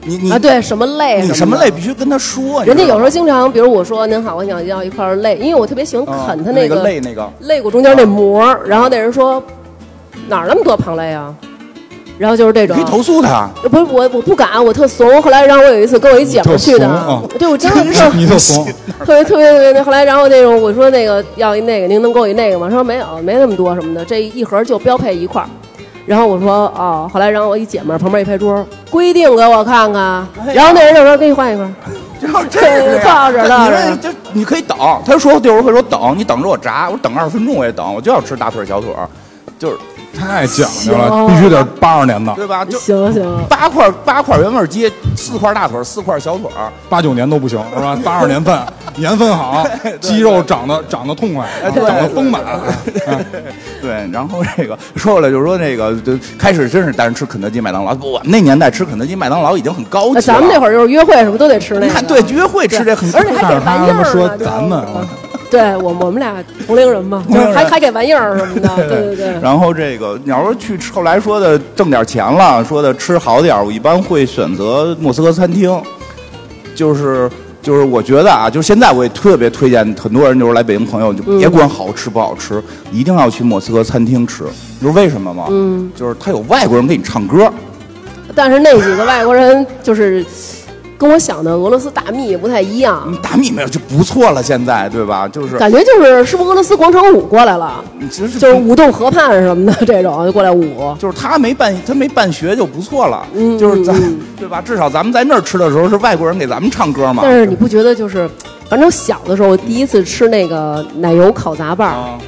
你你 啊，，对，什么类你什什么的类必须跟他说。人家有时候候经常，比如我说您好，我想要一块肋，因为我特别喜欢啊啃它嗯那个类那个，肋骨中间那膜儿，然后那人说哪儿那么多螃蟹啊？然后就是这你种可以。投诉他。呃不是我，我不敢，我特怂。后来，然后我有一次跟我一姐们儿去的，你特怂啊对我真的 是你就怂，特别特别特别那。后来，然后那种我说那个要一那个，您能给我一那个吗？说没有，没那么多什么的，这一盒就标配一块儿。然后我说哦，后来然后我一姐们儿旁边一拍桌，规定给我看看。然后那人就说给你换一块儿。这这到这儿到这儿你这这你可以等，他说就是会说等，你等着我炸，我说等二十分钟我也等，我就要吃大腿儿小腿儿，就是太讲究行啊了，必须得八十年的，对吧？就行行，八块八块原味鸡，四块大腿儿，四块小腿儿，八九年都不行是吧？八二年份， 年份 好，肌肉长得长得痛快，哎啊长得丰满，哎 对，然后这个说回来就是说那个，就开始真是单吃肯德基、麦当劳。不，我们那年代吃肯德基、麦当劳已经很高级了。呃咱们那儿会儿就是约会什么都得吃那你个看，，对，约会吃这很 而且还看给着他玩意他儿们呢说就是咱们，对我我们俩同龄人嘛，就龄是人还还给玩意儿什么的，对对对。然后这个你要说去吃后来说的挣点钱了，说的吃好点儿，我一般会选择莫斯科餐厅，就是。就是我觉得啊，就是现在我也特别推荐很多人，就是来北京朋友就别管好吃不好吃，一定要去莫斯科餐厅吃。你知道为什么吗？嗯，就是他有外国人给你唱歌，但是那几个外国人就是跟我想的俄罗斯大蜜不太一样，嗯打米没有就不错了，现在对吧？就是感觉就是是不是俄罗斯广场舞过来了，其实就是舞动河畔什么的这种就过来舞。就是他没办他没办学就不错了，就是咱对吧？至少咱们在那儿吃的时候是外国人给咱们唱歌嘛但。是你不觉得就是，反正小的时候我第一次吃那个奶油烤杂拌儿，啊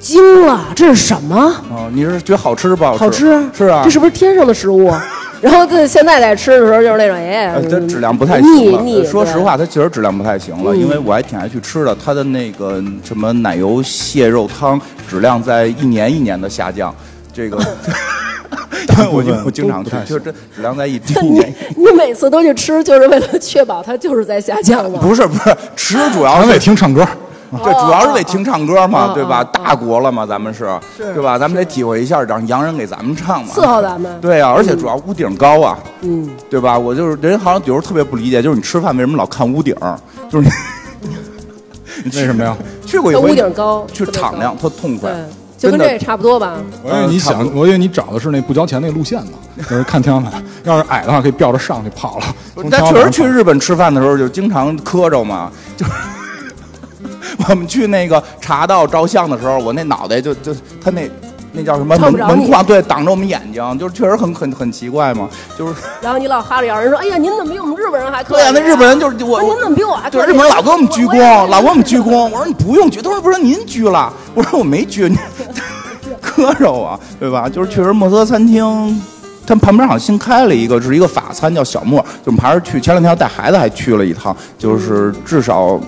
惊了，这是什么？啊！你是觉得好吃不好吃？好吃？是啊这，是不是天上的食 物？然后在现在在吃的时候就是那种哎呃，，它嗯质量不太行腻了。呃腻。说实对，话，它确实质量不太行了，因为我还挺爱去吃的。它的那个什么奶油蟹肉汤质量在一年一年的下降，这个我就我经常去都不太，就行这质量在一一年。 你每次都去吃，就是为了确保它就是在下降吗？不是不是，吃主要咱是们得听唱歌。对，主要是得听唱歌嘛，哦对吧？哦大国了嘛，咱们是，对吧？咱们得体会一下，让洋人给咱们唱嘛，伺候咱们对啊，而且主要屋顶高啊，嗯，对吧？我就是人好像有时候特别不理解，就是你吃饭为什么老看屋顶儿？就是 你为什么呀？去过一它回屋顶高去特别敞亮，特痛快对，，就跟这真的也差不多吧。我以为你呃差不想，多我以为你找的是那不交钱那路线呢， 就是看天花板。要是矮的话，可以吊着上去跑了。从但天花确板实去上日本吃饭的时候就经常磕着嘛， 就是我们去那个茶道照相的时候，我那脑袋就就他那那叫什么看门不着门你框对挡着我们眼睛，就是确实很很很奇怪嘛，就是然后你老哈着洋人说：“哎呀，您怎么比我们日本人还客对气呀、啊？” 那日本人就是我说您怎么比我还客对气啊？日本人老给我们鞠我躬，老给我们鞠躬。我说你不用鞠，他说不是您鞠了，我说我没鞠， 你磕着我，对吧？就是确实莫斯科餐厅。他们旁边好像新开了一个，是一个法餐，叫小莫。就我们还是去，前两天我带孩子还去了一趟，就是至少，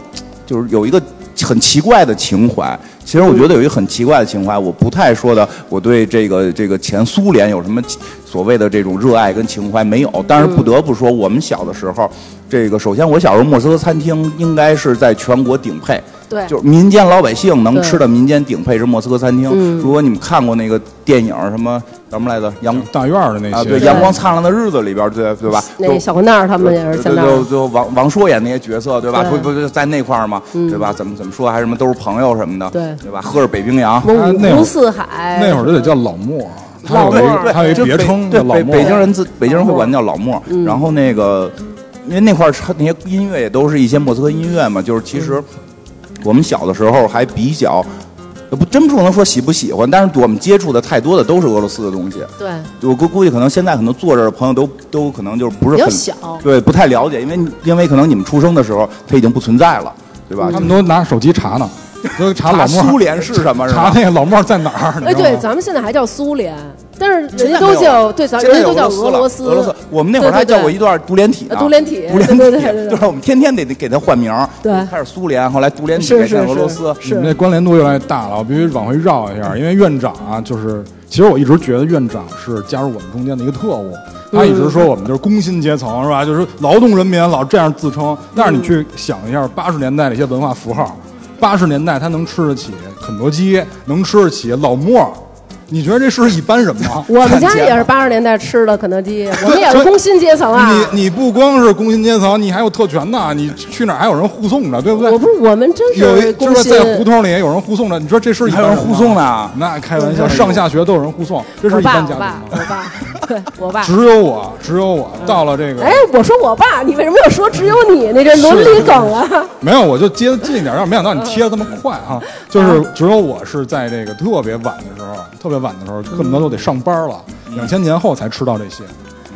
就是有一个很奇怪的情怀。其实我觉得有一个很奇怪的情怀，我不太说的，我对这个这个前苏联有什么所谓的这种热爱跟情怀没有。但是不得不说，我们小的时候，这个首先我小时候莫斯科餐厅应该是在全国顶配，对就是民间老百姓能对吃的民间顶配是莫斯科餐厅。如果你们看过那个电影儿什么什么来着，阳大院儿的那啊些，对《阳光灿烂的日子》里边儿，对对吧？那都个小混蛋儿他们也是在对那就儿。就王王朔演那些角色，对吧？对嗯不不就在那块儿嘛，对吧？怎么怎么说，还什么都是朋友什么的，对对吧？喝着北冰洋，什他么那五会湖儿四海，那会儿就得叫老莫，他老有莫一他有一就别北称对叫老北莫。北京人自北京人会管叫老莫。嗯然后那个，因为那块儿唱那些音乐也都是一些莫斯科音乐嘛，就是其嗯实我们小的时候还比较。不，真不能说喜不喜欢，但是我们接触的太多的都是俄罗斯的东西。对，我估估计可能现在很多坐这儿的朋友都都可能就是不比是较很小对，不太了解，因为因为可能你们出生的时候它已经不存在了，嗯对吧？他们都拿手机查呢，都查查老莫苏联是什么是吧查那个老莫在哪儿？你哎，知道吗对，咱们现在还叫苏联，但是人现家在都没有叫了对，咱现人在家有都叫俄罗罗斯。了俄罗斯，我们那会儿还叫过一段独联体呢啊独联体独联体，对对对对对就是我们天天得给它换名儿。对开始苏联，后来独联体，是现是在俄罗是啊斯。你们这嗯关联度越来越大了，我必须往回绕一下，因为院长啊，就是其实我一直觉得院长是加入我们中间的一个特务，他一嗯直说我们就是工薪阶层是吧？就是劳动人民老这样自称，但嗯是你去想一下八十年代的一些文化符号，八十年代他能吃得起肯德基，能吃得起老莫，你觉得这是一般人吗？ 我们家看见也了是八十年代吃的 肯德基，我们也所是以工薪阶层啊。你你不光是工薪阶层，你还有特权呢，你去哪儿还有人护送着，对不对？我不是，我们真有是一工就是薪。在胡同里有人护送着，你说这是一还般有人吗护送啊呢那开玩笑，上下学都有人护送，这是我一爸，般我家庭爸吗，我？爸， 对我爸。只有我，只有我到了这个哎，，我说我爸，你为什么要说只有你？你这伦理梗啊！没有，我就接得近一点，让没想到嗯你贴的这么快啊！就是只有我是在这个特别晚的时候，特别晚的时候，恨不得都得上班了，嗯两千年后才吃到这些，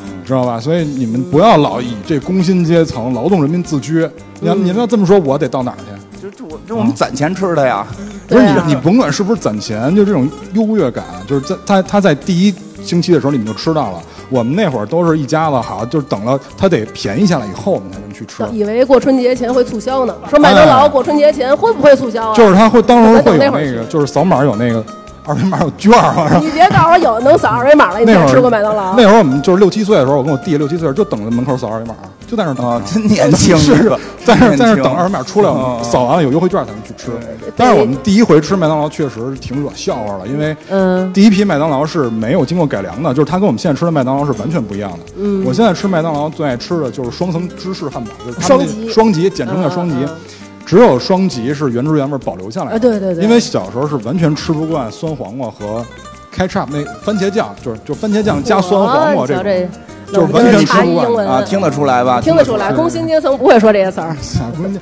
你知道吧？所以你们不要老以这工薪阶层、劳动人民自居，你嗯要你们要这么说，我得到哪儿去？就这我这我们攒钱吃的呀。不是对啊你，你甭管是不是攒钱，就这种优越感，就是在他他在第一星期的时候你们就吃到了。我们那会儿都是一家子好，就是等了他得便宜下来以后，我们才能去吃。以为过春节前会促销呢，说麦当劳哎过春节前会不会促销啊？就是他会当时会有我那们等那会个儿，就是扫码有那个二维码有券儿，然后你别告诉我有能扫二维码了， 你啊那会才儿吃过麦当劳那。会儿我们就是六七岁的时候，我跟我弟六七岁就等着门口扫二维码，就在那儿等着啊，真年轻，是吧？但是真但是年轻等二维码出来，我们嗯扫完了有优惠券才能去吃。但是我们第一回吃麦当劳确实是挺惹笑话了，因为嗯第一批麦当劳是没有经过改良的，就是它跟我们现在吃的麦当劳是完全不一样的。嗯，我现在吃麦当劳最爱吃的就是双层芝士汉堡，就是他们双那极双极，简称叫双极嗯嗯。只有双极是原汁原味保留下来的。啊对对对因为小时候是完全吃不惯酸黄瓜和 ketchup 那番茄酱，就是就番茄酱加酸黄瓜我这啊瞧种。就是这冷完知全识吃查不一惯英文啊，听得出来吧？听得出来，是工薪阶层不会说这些词儿。啊关键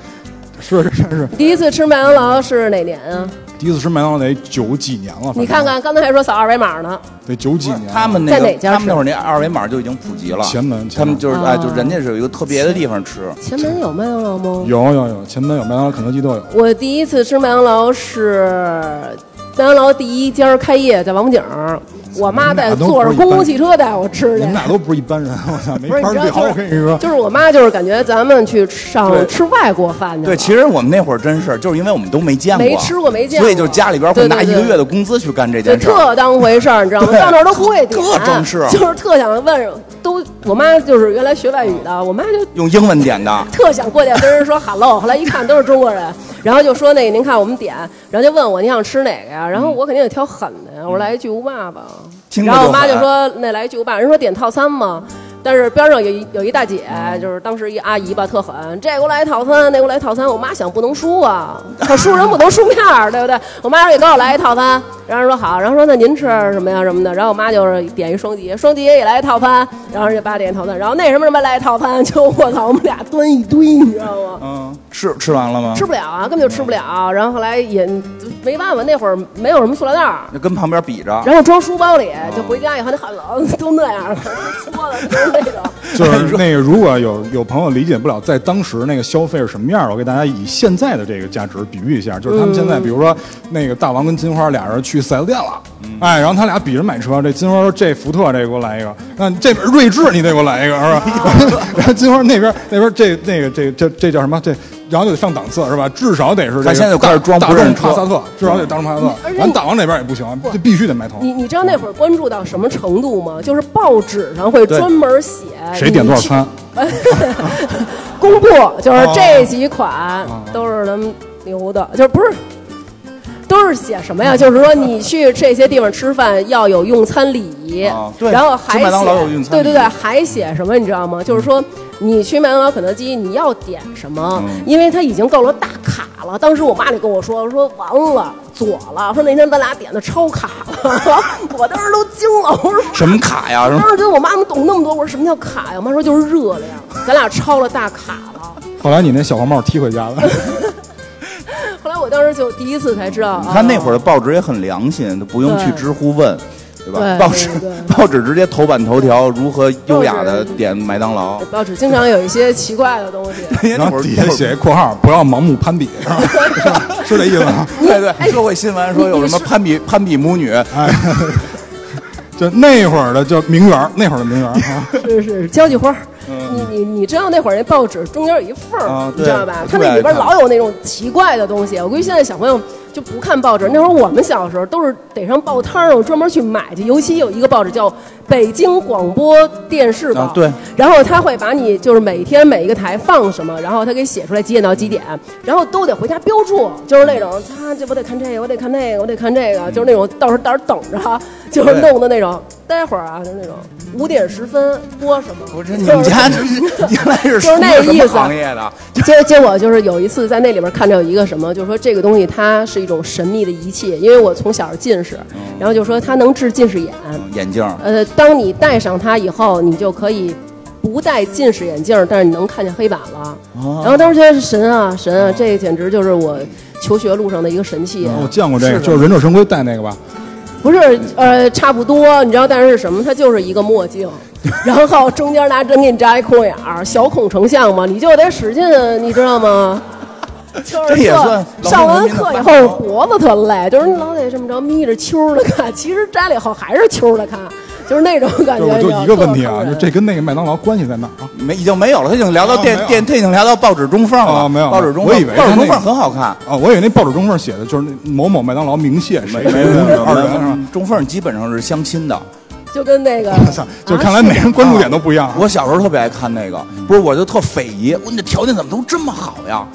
是是是，第一次吃麦当劳是哪年啊？第一次吃麦当劳得九几年了，反正你看看，刚才还说扫二维码呢。得九几年了。啊他们那在哪个，家他们吃哦那会儿那二维码就已经普及了。前门前他们门就是哎，就人家是有一个特别的地方吃。前门有麦当劳吗？有有有，前门有麦当劳、肯德基都有。我第一次吃麦当劳是麦当劳第一家开业在王府井儿，我妈带坐着公共汽车带我吃你去们。俩都不是一般人，我操，没不是法你知道聊。就我跟你是说，就是我妈就是感觉咱们去上对吃外国饭去了，对，其实我们那会儿真是，就是因为我们都没见过，没吃过没见过所以就家里边会拿对对一对个月的工资去干这就件事儿。特当回事儿，你知道吗？对到那儿都不会点，特正式啊就是特想问，都我妈就是原来学外语的，我妈就用英文 点的，特想过去跟人说 hello，后来一看都是中国人，然后就说那个您看我们点，然后就问我你想吃哪个呀？然后我肯定得挑狠的呀，我说来一巨无霸吧。听着然后我就妈就狠说那来一巨无霸，人说点套餐嘛。但是边上有一有一大姐，就是当时一阿姨吧，特狠，这给我来一套餐，那给我来一套餐。我妈想不能输啊，可输人不能输面儿，对不对？我妈说也给我来一套餐，然后人说好，然后说那您吃什么呀什么的，然后我妈就是点一双碟，双碟也来一套餐，然后人家爸点一套餐，然后那什么什么来一套餐，就我操，我们俩端一堆，你知道吗？嗯，吃吃完了吗？吃不了啊，根本就吃不了。然后后来也没办法，那会儿没有什么塑料袋儿，就跟旁边比着，然后装书包里，就回家以后那汗冷都那样了， 搓的就是那种。 就是那个，如果有有朋友理解不了在当时那个消费是什么样儿，我给大家以现在的这个价值比喻一下，就是他们现在，嗯比如说那个大王跟金花俩人去 4S 店了，嗯哎，然后他俩比着买车，这金花说这福特这给我来一个，那这边锐志你得给我来一个是 吧？然后金花那边那边这那个这这这叫什么这？然后就得上档次是吧？至少得是这个他现在就开始大装大不认众车嗯帕萨特，至少得大众帕萨而特。且咱你大王那边也不行，就必须得埋头。你你知道那会儿关注到什么程度吗？就是报纸上会专门写谁点多少你去餐，公布，就是哦这几款都是咱们牛的，就是不是。都是写什么嗯呀？就是说你去这些地方吃饭要有用餐礼仪，啊对然后还吃麦当劳有写用餐对礼仪对对，还写什么你知道吗？就是说你去麦当劳、肯德基你要点什么，嗯因为它已经够了大卡了。当时我妈就跟我说说完了，左了，说那天咱俩点的超卡了， 我当时都惊了，我 说什么卡呀？什么当时觉得我妈怎么懂那么多？我说什么叫卡呀？我妈说就是热量，咱俩超了大卡了。后来你那小黄帽踢回家了。后来我当时就第一次才知道，他那会儿啊的报纸也很良心，都不用去对知乎问，对对吧？报纸对对 报纸直接头版头条，如何优雅报的纸点麦当劳。 报纸经常有一些奇怪的东西。然后底下写一括号，不要盲目攀比，是吧？ 是这意思吗？哎对对，社会新闻说有什么攀比攀比母女，哎， 就那会儿的叫名媛儿，那会儿的名媛儿啊。 是是交际花儿。你你你知道那会儿那报纸中间有一缝儿嗯啊，你知道对吧我？它特别那里爱边看老有那种奇怪的东西。我估计现在小朋友就不看报纸。那会儿我们小时候都是得上报摊儿，我专门去买去。尤其有一个报纸叫《北京广播电视报》啊对，然后他会把你就是每天每一个台放什么，然后他给写出来几点到几点，然后都得回家标注，就是那种他这我得看这个，我得看那个，我得看这个，就是那种到时候到时候等着啊，就是嗯对弄的那种。待会儿啊，就那种五点十分播什么？我这你们家这是原来是就是那从事什意么思行业的？结结果 就是有一次在那里边看到有一个什么，就是说这个东西它是一种神秘的仪器，因为我从小是近视，哦然后就说它能治近视眼。嗯眼镜儿，呃，当你戴上它以后，你就可以不戴近视眼镜儿，但是你能看见黑板了。哦然后当时觉得是神啊神啊，这简直就是我求学路上的一个神器。我见过这是个，的就是忍者神龟戴那个吧？不是，呃，差不多，你知道，但是是什么？它就是一个墨镜，然后中间拿针给你扎一空眼儿，小孔成像嘛，你就得使劲，你知 道吗？就是这也特算劳动上完人民课的以烦后恼脖子特累，就是你老得这么着眯着揪着看，其实摘了以后还是揪着看，就是那种感就 觉。我就你知道一个问题特啊，坑就人这跟那个麦当劳关系在哪儿啊？没已经没有了，他已经聊到哦电没有电，他已经聊到报纸中缝了。哦没有报纸中缝，我以为报纸他那中个缝很 好看。啊，我以为那报纸中缝写的就是那某某麦当劳鸣谢谁谁谁二人是吧？中缝基本上是相亲的。啊就跟那个，我操， 就看来每人关注点都不一样啊。我小时候特别爱看那个，嗯不是我就特匪夷，我说你这条件怎么都这么好呀？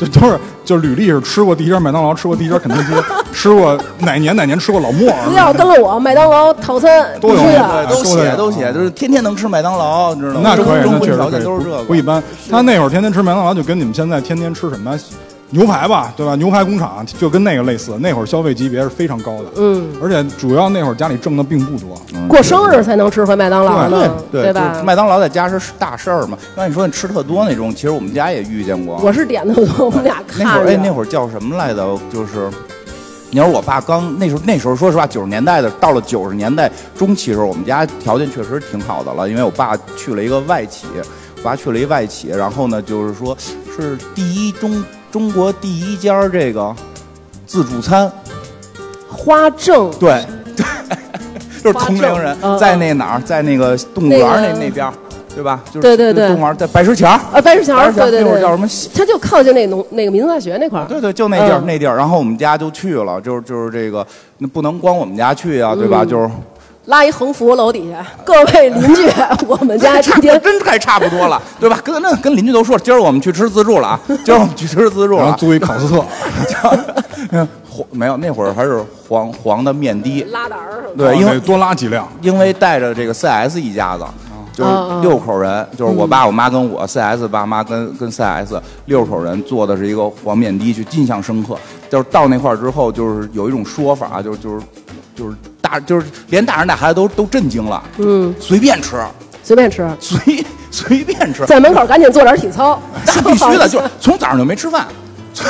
就都是就履历是吃过第一家麦当劳，吃过第一家肯德基，吃过哪年哪年吃过老 莫只要儿，跟了我，麦当劳套餐必都有须啊的。都说的写有都写，就是天天能吃麦当劳，你知道吗？那可以，中那国确实条可件以都是这个，不一般。他那会儿天天吃麦当劳，就跟你们现在天天吃什么牛排吧，对吧？牛排工厂就跟那个类似，那会儿消费级别是非常高的，嗯，而且主要那会儿家里挣的并不多，过生日才能吃回麦当劳呢，对吧就是？麦当劳在家是大事儿嘛。刚才你说你吃特多那种，其实我们家也遇见过。我是点的多，我们俩看那会儿着哎，那会儿叫什么来着？就是。你要是我爸刚那时候，那时候说实话，九十年代的，到了九十年代中期的时候，我们家条件确实挺好的了，因为我爸去了一个外企，我爸去了一外企，然后呢，就是说是第一中中国第一家这个自助餐，花正 对，就是同龄人花正嗯在那哪儿，在那个动物园儿那那个那边儿，对吧？就是对对对动物园儿在白石桥儿，啊，白石桥白儿，石桥对对儿那会儿对，叫什么？它就靠近那农那个民族大学那块儿。对对，就那地儿、嗯那地儿，然后我们家就去了，就是就是这个，那不能光我们家去啊，对嗯吧？就是拉一横幅楼底下，各位邻 居，我们家今差天真快差不多了，对吧？跟那跟邻居都说，今儿我们去吃自助了啊，今儿我们去吃自助然后了。啊租一考斯特，嗯黄没有那会儿还是黄黄的面的，拉胆儿什么的。 对，因啊得为多拉几辆。因为带着这个 CS 一家子，就是哦哦六口人，就是我爸、我妈跟我，CS 爸妈跟跟 CS 六口人做的是一个黄面的，去印象深刻。就是到那块儿之后，就是有一种说法啊，就是就是就是大就是连大人带孩子都都震惊了，嗯，随便吃，随便吃，随随便吃，在门口赶紧做点体操，那 必须的，就是 从早上就没吃饭。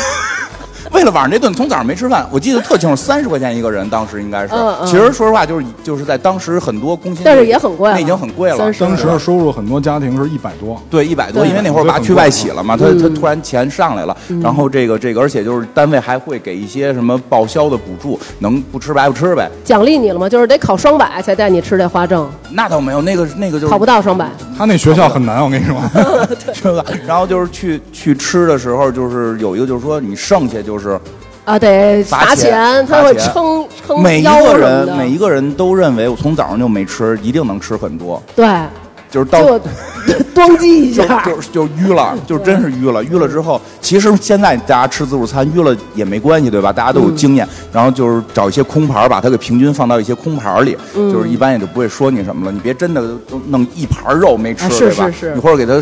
为了晚上这顿，从早上没吃饭，我记得特清楚，三十块钱一个人，当时应该是。嗯嗯其实说实话，就是就是在当时很多工薪，但是也很贵了那已经很贵了。 30当时的收入很多家庭是一百多，对，一百多，对嗯因为那会儿我爸去外企了嘛，他他突然钱上来了，然后这个这个，而且就是单位还会给一些什么报销的补助，能不吃白不吃呗。奖励你了吗？就是得考双百才带你吃这花正，那倒没有，那个那个就是考不到双百。他那学校很难，我跟你 说，是吧？ 然后就是去去吃的时候，就是有一个就是说你剩下就是啊，得罚罚钱他会罚钱撑撑每一腰个什么的人每一个人都认为我从早上就没吃，一定能吃很多，对，就是到 就咣叽一就下，就就 淤了，就真是淤了。淤了之后，其实现在大家吃自助餐淤了也没关系，对吧？大家都嗯有经验，然后就是找一些空盘儿，把它给平均放到一些空盘儿里，嗯就是一般也就不会说你什么了。你别真的都弄一盘儿肉没吃，啊是对吧？是是你或者给它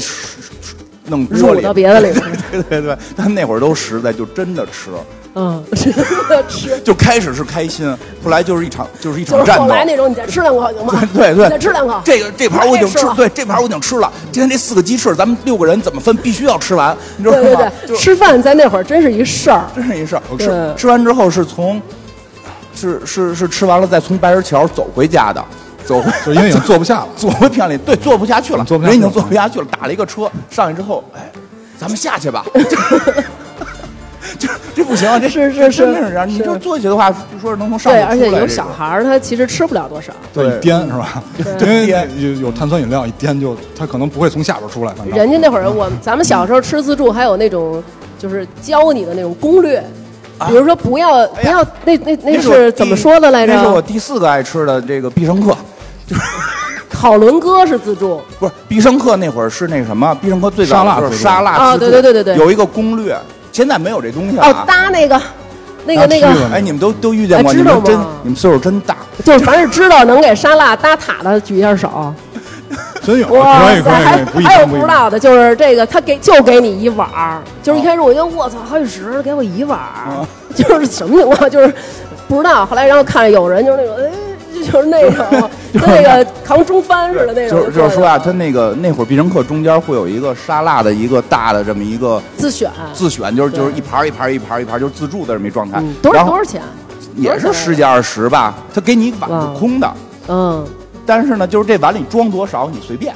弄锅入里到，别 的里边。对对对。但那会儿都实在，就真的吃， 嗯，真的吃。就开始是开心，后来就是一场就是一就场是战后斗。来那种，你再吃两口行吗？ 对对，你再吃两口。这个这盘我已经吃太，对这盘我已经吃了。今天这四个鸡翅，咱们六个人怎么分，必须要吃完，你知道对吗？对对，就是吃饭在那会儿真是一事儿。真是一事儿。对吃吃完之后是从，是是是吃完了再从白石桥走回家的，走回。就因为已经坐不下了 坐回片里，对，坐不下去了，坐不下去人了已经坐不下去了， 打了一个车上去之后，哎，咱们下去吧。就就这不行，这是是是真是这样。你是就坐起的话，就说是能从上对，面而出且来有这小种啊孩儿，他其实吃不了多少。对，一颠是吧？因为有有碳酸饮料一颠就，它可能不会从下边出来，反正人家那会儿我咱们小时候吃自助，还有那种就是教你的那种攻略，比如说不要不要那那那啊哎那我是第怎么说的来那是我着？第四个爱吃的这个必胜客，讨论哥是自助，不是必胜客那会儿是那什么？必胜客最早沙拉就是自助沙拉啊自助对对对对对有一个攻略，现在没有这东西了哦啊。，搭那个那个那搭区个了，哎，你们都都遇见哎过？知你道们真吗，你们岁数真大。就是凡是知道能给沙拉搭塔的举一下手。真有，哇可以可塞，还以，可以，不一还有定不不一知定。道的，就是这个他给就给你一碗儿，就是一开始我就我操好几十给我一碗儿， 就是什么情况？就是不知道。后来然后看有人就是那种哎。就是那种，跟那个扛中翻似的那种就，是就是说啊，他那个那会儿必胜客中间会有一个沙拉的一个大的这么一个自选，自选，就是对就是一盘儿一盘儿一盘儿一盘儿，就是自助的这么一状态嗯，。多然少后多少钱？也多少钱啊是十几二十吧，他给你一碗哇是空的，嗯，但是呢，就是这碗里装多少你随便，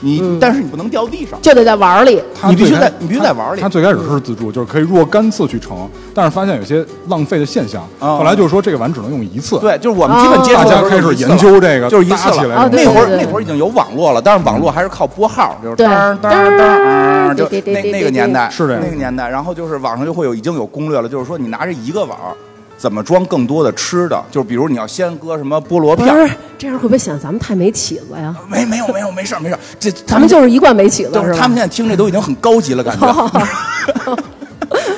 你嗯但是你不能掉地上。就得在碗儿里。它你必须最开在你必须在玩里它最开始是自助，就是可以若干次去盛，但是发现有些浪费的现象，啊后来就说这个碗只能用一次。，对，就是我们基本接触大家的时候开就是始一次研究这个，了，就是一搭次起了。来啊这对种那会儿对对那会儿已经有网络了，但是网络还是靠拨号，就是对当当当当，就对对对那对那个年代对是这样那个年代。然后就是网上就会有已经有攻略了，就是说你拿着一个碗儿，怎么装更多的吃的？就是比如你要先搁什么菠萝不片儿，是，这样会不会显咱们太没起子呀？没没有没有没事儿没事儿，这咱们就是一贯没起子，就是是吧？他们现在听这都已经很高级了，感觉。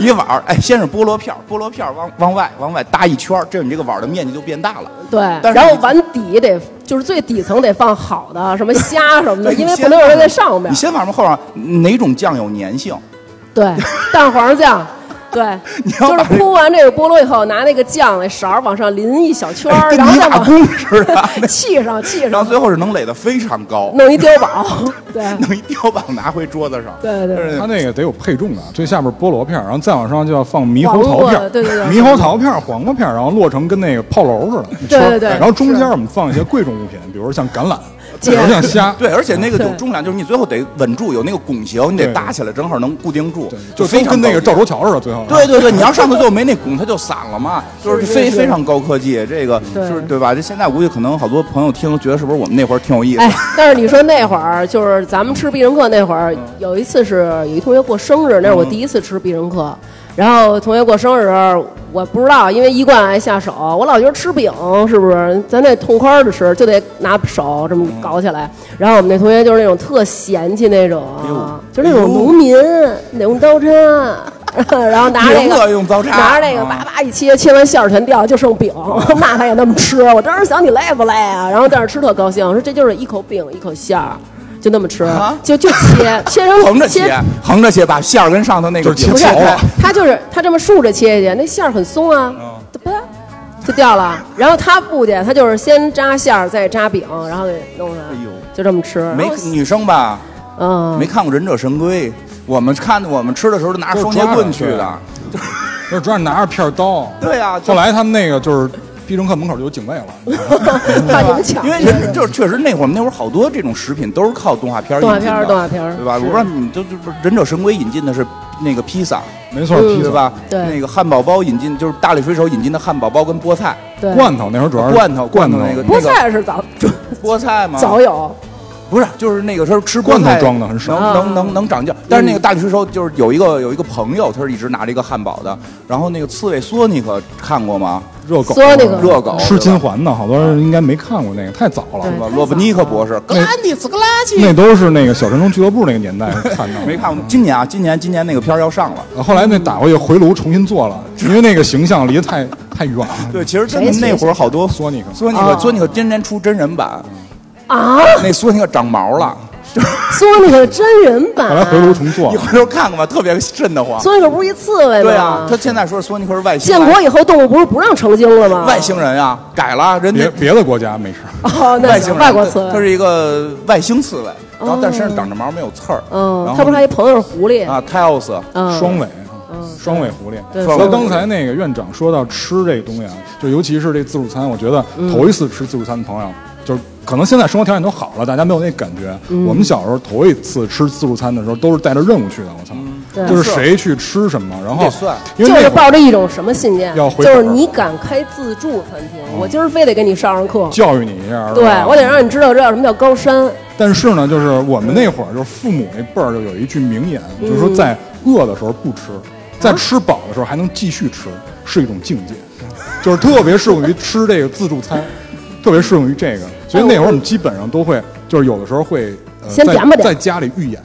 一碗儿，哎，先是菠萝片儿，菠萝片儿往往外往外搭一圈儿，这样你这个碗儿的面积就变大了。对，但是然后你碗底得就是最底层得放好的，什么 虾什么的，对因为你不先能让它在上面你。先往上后往哪种酱有粘性？ 对，蛋黄酱，对，你要就是把这铺完这个菠萝以后，拿那个酱那勺儿往上淋一小圈儿，跟然后泥再瓦往工似的，砌上砌然上后，最后是能垒得非常高，弄一碉堡。 对弄一碉堡拿回桌子上。对对对它那个得有配重的，最下边菠萝片儿，然后再往上就要放猕猴桃片黄瓜儿，对对对猕猴桃片儿、黄瓜片儿，然后落成跟那个炮楼似的，你吃对对对然后中是间我们放一些贵重物品，比如像 橄榄，比芥如像虾，对，而且那个有对重量，就是你最后得稳住，有那个拱形，你得对搭起来，正好能固定住对，就非都常跟那个赵高级州桥似的，最后对对对，你要上头就没那拱，它就散了嘛，就是是非是非常高科技，这个对就是对吧？这现在估计可能好多朋友听觉得是不是我们那会儿挺有意思哎，但是你说那会儿就是咱们吃必胜客那会嗯儿，有一次是有一同学过生日，那是我第一次吃必胜客。然后同学过生日时候，我不知道，因为一贯爱下手，我老觉得吃饼是不是咱得痛快的吃，就得拿手这么嗯搞起来。然后我们那同学就是那种特嫌弃那种哎呦，就那种农民得用刀叉，啊 然后拿着那别饿个用刀叉拿着那个叭啊叭一切，切完馅儿全掉，就剩饼，哦 那他也那么吃。我当时想你累不累啊？然后但是吃特高兴，我说这就是一口饼一口馅儿，就那么吃，啊就就切切成 横着切切，横着切，把馅儿跟上头那个就是切啊饼不薄是切开了他就是他这么竖着切下去，那馅儿很松啊，哦就啪就掉了。然后他不去，他就是先扎馅儿，再扎饼，然后给弄上来，哎呦就这么吃。然没后女生吧，嗯 没，看过《忍者神龟》，我们看我们吃的时候都拿着双截棍去的，就是主要拿着片刀。对啊，就后来他们那个就是必胜客门口就有警卫了，你知道吗怕你们抢啊因。为人就是确实那会儿我们那会儿好多这种食品都是靠动画片儿动画引进片儿的动画片儿对吧？我是不知道你们都就是《忍者神龟》引进的是那个披萨，没错，嗯披萨对吧？对那个汉堡包引进就是大力水手引进的汉堡包跟 菠菜，对，罐头那会儿主要是罐头罐罐头那个啊菠菜是早菠菜嘛，早有，不是，就是那个时候吃罐头菠菜装的很少能能能能涨价。但是那个嗯大力水手就是有一个有一个朋友，他是一直拿着一个汉堡的。然后那个刺猬索尼克看过吗？热狗，说那个热狗吃金环呢，好多人应该没看过那个，太早了对。对吧太罗布尼克早了博士，格兰迪斯格拉奇那都是那个小神龙俱乐部那个年 代看到的，呃没看过。今年啊，今年今年那个片儿要上了。过。后来那打回去回炉重新做了，因为那个形象离得太太远了。对，其实真谁哦的谁那会儿好多索尼克索尼克索尼克今年出真人版，啊，那索尼克长毛了，说那个真人版后来回炉重做哦你了，回头看看吧，特别瘆得慌。所以可不是一刺猬吗？对啊，他现在说索尼克是外星建人国以后动物不是不让成精了吗？外星人啊，改了人家别别的国家没事。哦，那外是星人外国刺猬。它是一个外星刺猬，然后但身上长着毛，没有刺儿。嗯然，他后不是还有一朋友是狐狸？啊 Tails，嗯，双尾，啊双尾狐狸。对所双以尾刚才那个院长说到吃这个东西啊，就尤其是这自助餐，我觉得嗯头一次吃自助餐的朋友，就是可能现在生活条件都嗯好了，大家没有那感觉。我们小时候头一次吃自助餐的时候，都是带着任务去的。我操，嗯对就是谁去吃什么，然后得算因为就那是会儿抱着一种什么信念，要回就是本儿你敢开自助餐厅，哦我今儿非得给你上上课。教育你一下，对是吧，我得让你知道这叫什么叫高山。但是呢，就是我们那会儿，就是父母那辈儿就有一句名言，就是说在饿的时候不吃，在吃饱的时候还能继续吃，是一种境界，就是特别适用于吃这个自助餐， 特别适用于这个。所以那会儿我们基本上都会，就是有的时候会呃先在点吧点在家里预演，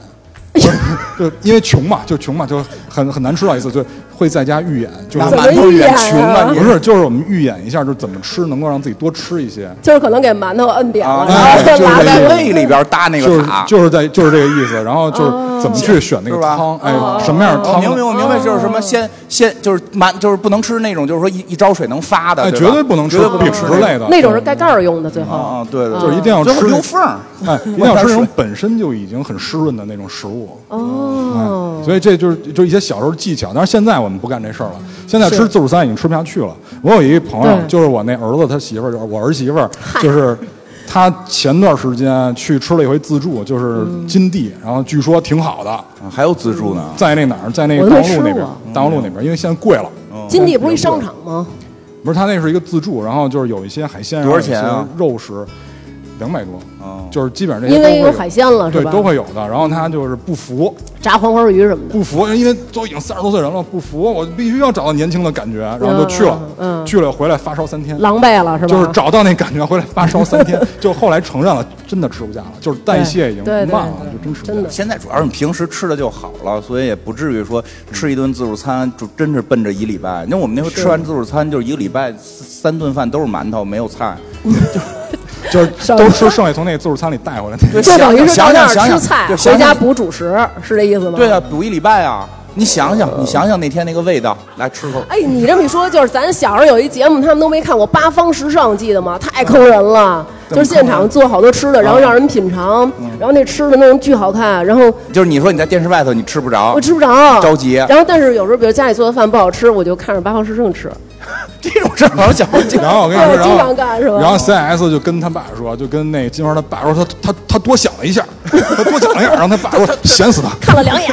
就因为穷嘛，就穷嘛，就很很难吃到一次，就会在家预演，就是那怎么馒头预也演穷啊啊你不是就是我们预演一下，就是怎么吃能够让自己多吃一些。就是可能给馒头摁扁 了，啊，然后对再就是拉对在对过对去胃里边搭那就个是塔，就是在就是这个意思，然后就是怎么去选那个是吧汤，哎哦，什么样的我汤，明白，我明白，就是什么先先就是满就是不能吃那种，就是说一一招水能发的，哎，对绝吧对不能吃绝对不能饼吃之类的，嗯那种是盖盖儿用的，最啊后啊，对对，就是一定要最后吃溜缝儿， 哎，一定要吃那种本身就已经很湿润的那种食物。嗯哎哦，所以这就是就一些小时候技巧，但是现在我们不干这事儿了。现在吃自助餐已经吃不下去了。我有一朋友对，就是我那儿子他媳妇儿，就是我儿媳妇儿，就是他前段时间去吃了一回自助，就是嗯金地，然后据说挺好的，啊还有自助呢，在那哪儿，在那我个都大没望路吃那边过，大望路那边，因为现在贵了。嗯金地不是一商场吗？不是，他那是一个自助，然后就是有一些海鲜，多少钱啊？肉食两百多，哦就是基本上这些因都为会有海鲜了是对，吧？都会有的。然后他就是不服，炸黄花鱼什么的。不服，因为都已经三十多岁人了，不服，我必须要找到年轻的感觉，然后就去了，嗯嗯去了回来发烧三天，狼狈了是吧？就是找到那感觉，回来发烧三天，就后来承认了，真的吃不下了，就是代谢已经对对对慢了，对就真吃不下真了的。嗯现在主要是你平时吃的就好了，所以也不至于说吃一顿自助餐就真是奔着一礼拜。因为我们那会儿吃完自助餐就是一个礼拜三三顿饭都是馒头，没有菜。就是都吃剩下从那自助餐里带回来那个。对就等于是到想那想儿想吃想菜，就回想家想补主食，是这意思吗？对啊，补一礼拜啊！你想想，你想想那天那个味道，来吃口。哎，你这么一说，就是咱小时候有一节目，他们都没看过《八方时尚》，记得吗？太坑人了，怎就么是现场做好多吃的，嗯然后让人品尝，然后那吃的那种巨好看，然后就是你说你在电视外头你吃不着我，吃不着，着急然后但是有时候，比如家里做的饭不好吃，我就看着《八方时尚》吃。这种事儿好像小时候经然后我跟你哎说，我然经后常干是吧然后 CS 就跟他爸说，就跟那金花他爸说，他他他多想了一下，他多想了一下，然后他爸说闲死他，看了两 眼，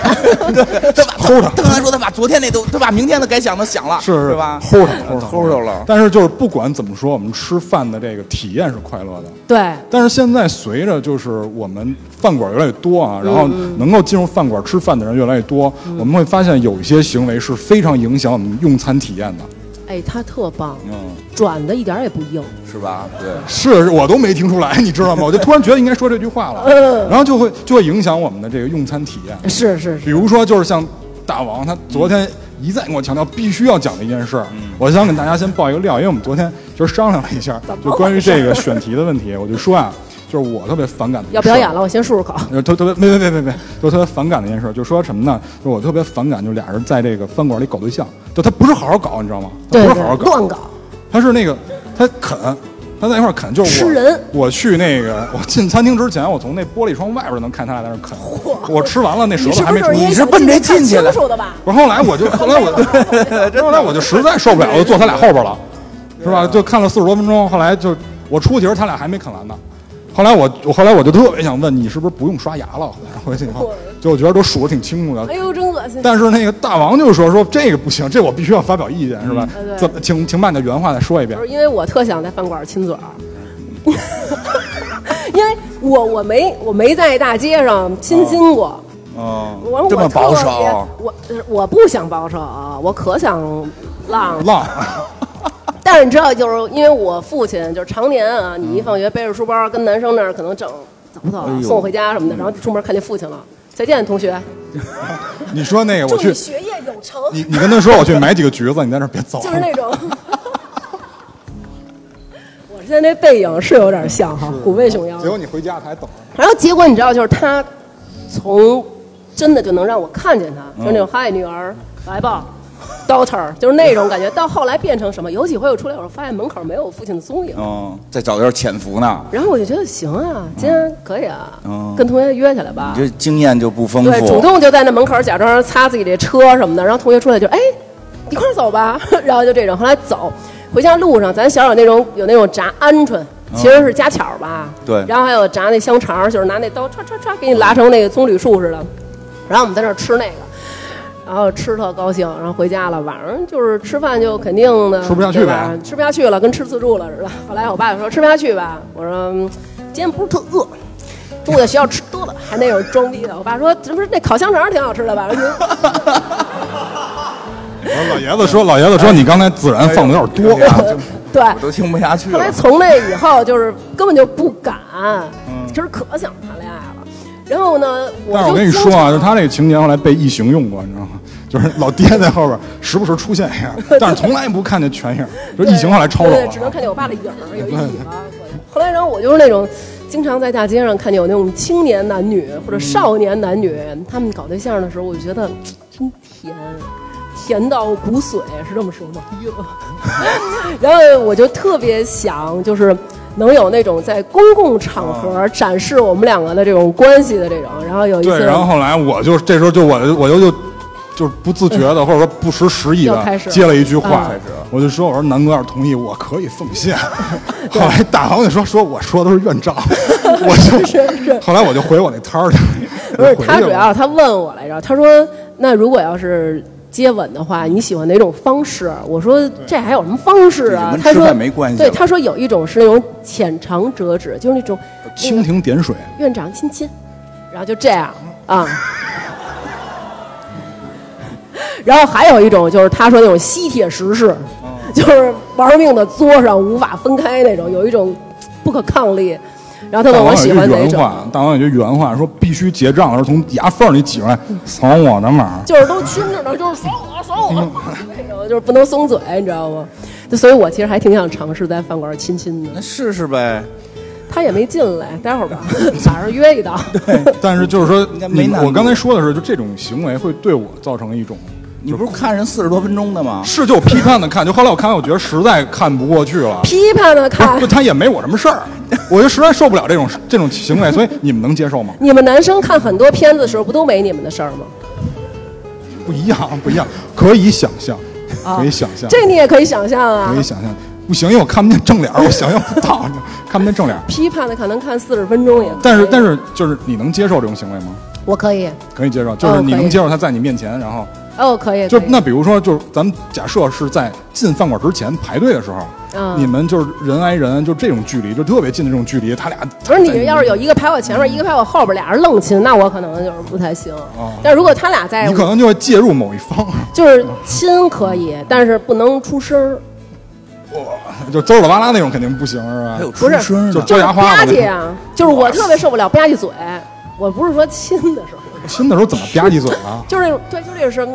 他把齁着他刚才说他把昨天那都，他把明天的该想的想了，是是吧？齁着齁着了。但是就是不管怎么说，我们吃饭的这个体验是快乐的。对，但是现在随着就是我们饭馆越来越多啊，然后能够进入饭馆吃饭的人越来越多，我们会发现有一些行为是非常影响我们用餐体验的。哎，他特棒，嗯，转的一点儿也不硬，是吧？对，是我都没听出来，你知道吗？我就突然觉得应该说这句话了，然后就会就会影响我们的这个用餐体验。是是比是，如说，就是像大王，他昨天一再跟我强调必须要讲的一件事儿，嗯我想给大家先爆一个料，因为我们昨天就是商量了一下，就关于这个选题的问题，我就说啊，就是我特别反感的一要个事儿表演了，我先漱漱口。就特特别没没没没没，就特别反感的一件事，就说什么呢？就我特别反感，就俩人在这个饭馆里搞对象，就他不是好好搞，你知道吗？他对不是对好好，搞，乱搞，他是那个他啃，他在一块儿啃，就是我吃人我去那个我进餐厅之前，我从那玻璃窗外边就能看他俩在那儿啃，我吃完了那舌你头是还不没是出就是因来。为你是奔着进去的想清楚的吧？不是，后来 我就后来我就 后来我就实在受不了，我就坐他俩后边了，是啊吧？就看了四十多分钟，后来就我出去时候他俩还没啃完呢。后来我我后来我就特别想问你是不是不用刷牙了？后来 回去以后，就我觉得都数的挺清楚的哎。呦，真恶心！但是那个大王就说说这个不行，这我必须要发表意见，是吧嗯？对哎怎么请请把你的原话再说一遍不？是因为我特想在饭馆亲嘴儿， 因为我我没我没在大街上亲亲过。呃嗯我，这么我特保别守，我我不想保守，啊我可想浪。浪， 但是你知道，就是因为我父亲就是常年啊，你一放学背着书包跟男生那儿可能整走不走啊、呦送我回家什么的，然后出门看见父亲了，再见同学，你说那个我祝去你，学业有成，你你跟他说我去买几个橘子，你在那儿别走。就是那种。我现在这背影是有点像哈，虎背熊腰。结果你回家他还等着。然后结果你知道，就是他从真的就能让我看见他，嗯就是那种嗨女儿来吧，daughter，就是那种感觉。到后来变成什么？有几回我出来，我发现门口没有我父亲的踪影，嗯，在找点潜伏呢，然后我就觉得行啊，今天可以啊嗯，跟同学约起来吧你。这经验就不丰对，主富。动就在那门口假装擦自己这车什么的，然后同学出来就哎，一块儿走吧， 然后就这种。后来走回家路上，咱小有那种有那种炸鹌鹑，其实是夹巧儿吧，对然后还有炸那香肠，就是拿那刀歘歘歘给你拉成那个棕榈树似的。然后我们在那儿吃那个，然后吃特高兴，然后回家了，晚上就是吃饭就肯定的吃不下去对吧呗，吃不下去了，跟吃自助了似的。后来我爸就说吃不下去吧，我说嗯今天不是特饿。中午在学校吃多了，还那种装逼的。我爸说：“这不是那烤香肠挺好吃的吧？”我说 然后老爷子说，老爷子说你刚才孜然放的有点哎呀多，啊就对，我都听不下去后来了。从那以后就是根本就不敢，其实可想谈恋爱了。然后呢，我嗯但是就我跟你经说啊，常就他这个情节后来被异形用过，你知道吗？ 就是老爹在后边时不时出现一下，但是从来不看见全影，就对异形后来抄走对，只能了。看见我爸的影儿，有一尾巴。后来，然后我就是那种经常在大街上看见有那种青年男女或者嗯少年男女，他们搞对象的时候，我就觉得真甜，甜到骨髓，是这么说吗？哎呦， 然后我就特别想，就是能有那种在公共场啊合展示我们两个的这种关系的这种。然后有一次，对，然后后来我就这时候就我就我就就就是不自觉的，或者说不识时宜 又开的始了接了一句话嗯，我就说我说南哥要是同意，我可以奉 献。后来大王就说说我说的是院长，我就后来我就回我那摊儿去，不是回他去主了要他问我来着，他说那如果要是接吻的话，你喜欢哪种方式？我说这还有什么方式啊这？跟他吃说饭没关系对，了他说有一种是那种浅尝辄止，就是那种蜻蜓点水。院长亲亲，然后就这样啊。 然后还有一种就是他说那种吸铁石式，嗯就是玩命的作上无法分开那种，有一种不可抗力。然后他大问我王有喜句欢哪原种，话，大王有句原话说必须结账的时候从牙缝里挤出来，嗯扫我的码 儿。就是都亲着呢，就是爽我爽我，那种就是不能松嘴，你知道吗？就所以，我其实还挺想尝试在饭馆亲亲的。那试试呗，他也没进来，待会 儿吧，晚上约一道。但是就是说，该没你难我度刚才说的是，就这种行为会对我造成一种你不是看人四十多分钟的吗？是就批判的看。就后来我看完，我觉得实在看不过去 了，批判的不看是就，他也没我什么事儿，我就实在受不了这种这种行为，所以你们能接受吗？你们男生看很多片子的时候，不都没你们的事儿吗？不一样，不一样，可以想象，可以想象，啊这你也可以想象啊可以。想象。不行，因为我看不见正脸儿，我想象不到，看不见正脸儿。批判的看能看四十分钟也可以，但是，但是，就是你能接受这种行为吗？我可以，可以接受，就是嗯你可以能接受他在你面前，然后哦，可以，就可以那比如说，就是咱们假设是在进饭馆之前排队的时候，嗯你们就是人挨人，就这种距离，就特别近的这种距离，他俩不是你要是有一个排我前面，一个排我后边，俩人愣亲，那我可能就是不太行。哦但如果他俩在你，可能就会介入某一方， 就是亲可以，但是不能出声儿。就邹了哇啦那种肯定不行，是吧还？有不出是声呢就就嘬是牙花吧子唧啊，就是我特别受不了吧唧嘴，我不是说亲的时候， 亲的时候怎么吧唧嘴啊？就是那种对，就这个声儿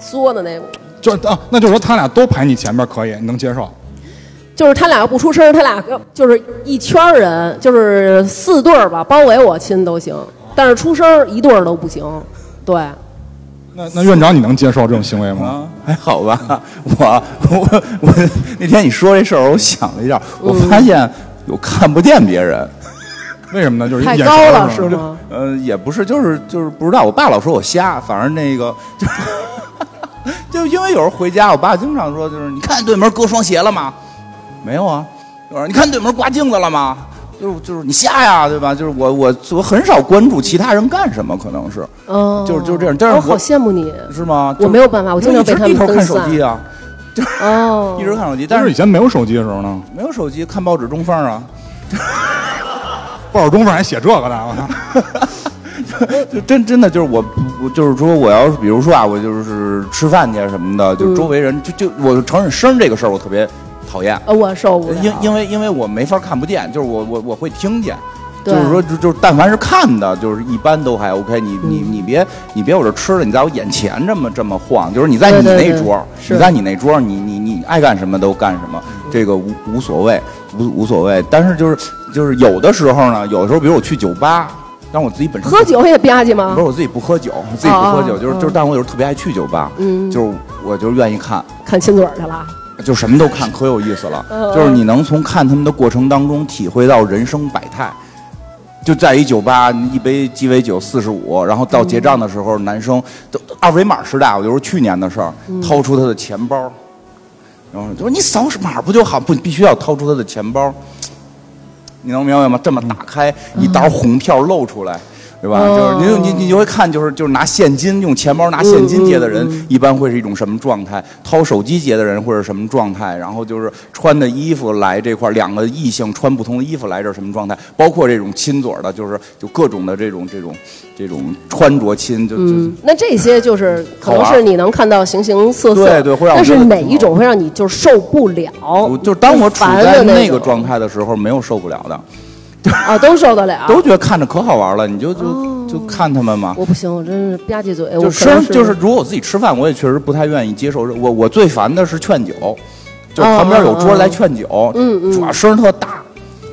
缩的那种，就是啊，那就是说他俩都排你前边可以，你能接受？就是他俩要不出声儿，他俩就是一圈儿人，就是四对儿吧，包围我亲都行，但是出声儿一对儿都不行，对。那那院长你能接受这种行为吗？啊，还好吧。我我我那天你说这事儿，我想了一下，我嗯发现我看不见别人。为什么呢？就是太眼神高儿啊了嘛是吗？ 呃，也不是，就是就是不知道。我爸老说我瞎，反正那个就是就因为有时候回家，我爸经常说就是你看对门搁双鞋了吗？没有啊。我说你看对门刮镜子了吗？就是就是你瞎呀，对吧？就是我我我很少关注其他人干什么，可能是哦，就是就是这样但是我我好羡慕你是吗？我没有办法我就经常被他们一直低头看手分散机啊，哦一。直看手机，但但是以是前没有手机的时候呢，没有手机看报纸中缝啊。报纸中缝还写这个呢，我操！就真真的就是我，我就是说，我要是比如说啊，我就是吃饭去啊什么的，就嗯周围人就就我承认声这个事儿，我特别讨厌，呃，我受不了，因因为因为我没法看不见，就是我我我会听见。就对是说，就就是但凡是看的，就是一般都还 OK 你。你嗯你别你别我这吃了，你在我眼前这么这么晃，就是你在对你对那对桌儿，是嗯你在你那桌儿，你你你爱干什么都干什么，这个无无所谓，无无所谓。但是就是就是有的时候呢，有的时候比如我去酒吧，但我自己本身喝酒也吧唧不吗是？我自己不喝酒，自己不喝啊哦酒，就是嗯就是，但是我有时候特别爱去酒吧，就是我就愿意看，看亲嘴儿去了，就什么都看，可有意思了嗯。就是你能从看他们的过程当中体会到人生百态。就在一酒吧，一杯鸡尾酒四十五，然后到嗯结账的时候，男生都二维码时代，我就是去年的事儿，嗯掏出他的钱包，然后就说你扫码不就好？不，你必须要掏出他的钱包，你能明白吗？这么打开，一沓红票露出来，对吧？就是您你你就会看，就是就是拿现金用钱包拿现金结的人，一般会是一种什么状态？掏手机结的人会是什么状态？然后就是穿的衣服来这块儿，两个异性穿不同的衣服来这儿什么状态？包括这种亲嘴儿的，就是就各种的这种这种这种穿着亲，就就嗯那这些就是可能好玩是你能看到形形色色，对对会让我但是觉得哪一种会让你就受不了？我就是当我处烦在的那个种状态的时候，没有受不了的，啊，都受得了。都觉得看着可好玩了，你就就就看他们嘛。我不行，我真是吧唧嘴，我就可能是就是，如果我自己吃饭，我也确实不太愿意接受这。我我最烦的是劝酒，就哦旁边有哦桌哦来劝酒，嗯嗯主要声儿特大，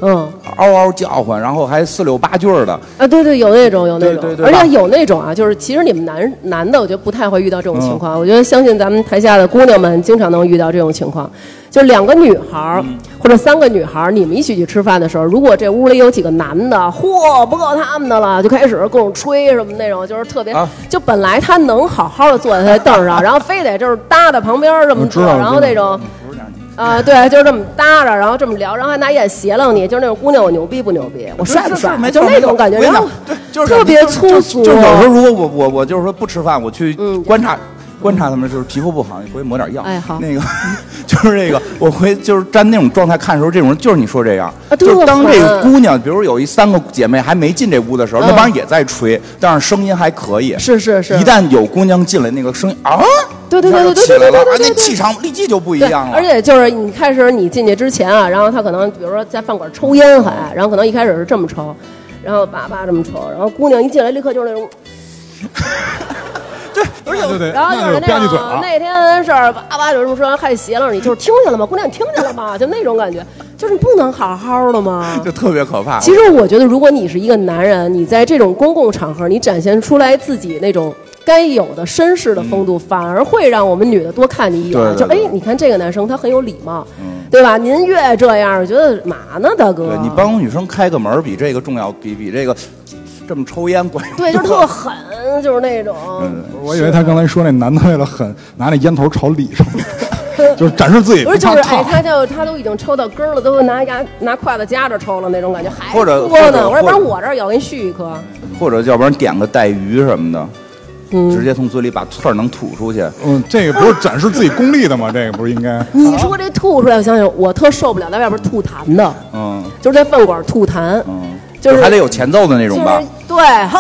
嗯嗷嗷叫唤，然后还四六八句儿的。啊，对对，有那种有那种，对对对而吧且有那种啊，就是其实你们男男的，我觉得不太会遇到这种嗯情况。我觉得相信咱们台下的姑娘们经常能遇到这种情况，就是两个女孩儿、嗯或者三个女孩儿，你们一起去吃饭的时候，如果这屋里有几个男的，嚯，不够他们的了，就开始各种吹什么那种，就是特别，啊就本来他能好好的坐在他的凳儿上，然后非得就是搭在旁边儿这么我知坐，道然后我知道那嗯种。啊、对，就是这么搭着，然后这么聊，然后还拿眼斜楞你，就是那种姑娘，我牛逼不牛逼？我帅不帅？没就错那种感觉，我然跟你后讲，对，就是特别就粗俗。嗯就就有时候，如果我我我就是说不吃饭，我去观察。观察他们就是皮肤不好，你回去抹点药。哎好那个 就是那个，我回就是沾那种状态看的时候，这种人就是你说这样，啊对就是我当这个烦姑娘，比如有一三个姐妹还没进这屋的时候，那嗯帮人也在吹，但是声音还可以。是是是，一旦有姑娘进来，那个声音啊，对对对对一下对对对就起来了，对啊对那对气场立即就不一对，样了。而且就是你开始你进去之前啊，然后他可能比如说在饭馆抽烟还，然后可能一开始是这么抽，然后叭叭这么抽，然后姑娘一进来立刻就是那种，而 且对对，哎然后那是就吧唧种嘴啊了。那天事儿叭叭就这么说，还斜楞你，就是听见了吗？姑娘你听见了吗？就那种感觉，就是你不能好好的吗？ 就特别可怕。其实我觉得，如果你是一个男人，你在这种公共场合，你展现出来自己那种该有的绅士的风度，反而会让我们女的多看你一眼。对对对就哎，你看这个男生，他很有礼貌，对吧？您越这样，我觉得嘛呢，大哥？对你帮女生开个门儿比这个重要，比比这个这么抽烟管用。对，就是特嗯狠，就是那种。我以为他刚才说那男的为了狠，拿那烟头朝里上， 就是展示自己不是，就怕是烫哎，他就他都已经抽到根儿了，都拿牙拿筷子夹着抽了那种感觉，还或者说或呢？者我说要不然或者我这儿有，我给你续一颗。 或者要不然点个带鱼什么的，嗯直接从嘴里把刺儿能吐出去。嗯，这个不是展示自己功力的吗？这个不是应该？你说这吐出来，我想想，我特受不了在外边吐痰的。嗯就是在饭馆吐痰，嗯，就是还得有前奏的那就种是吧。对，哈，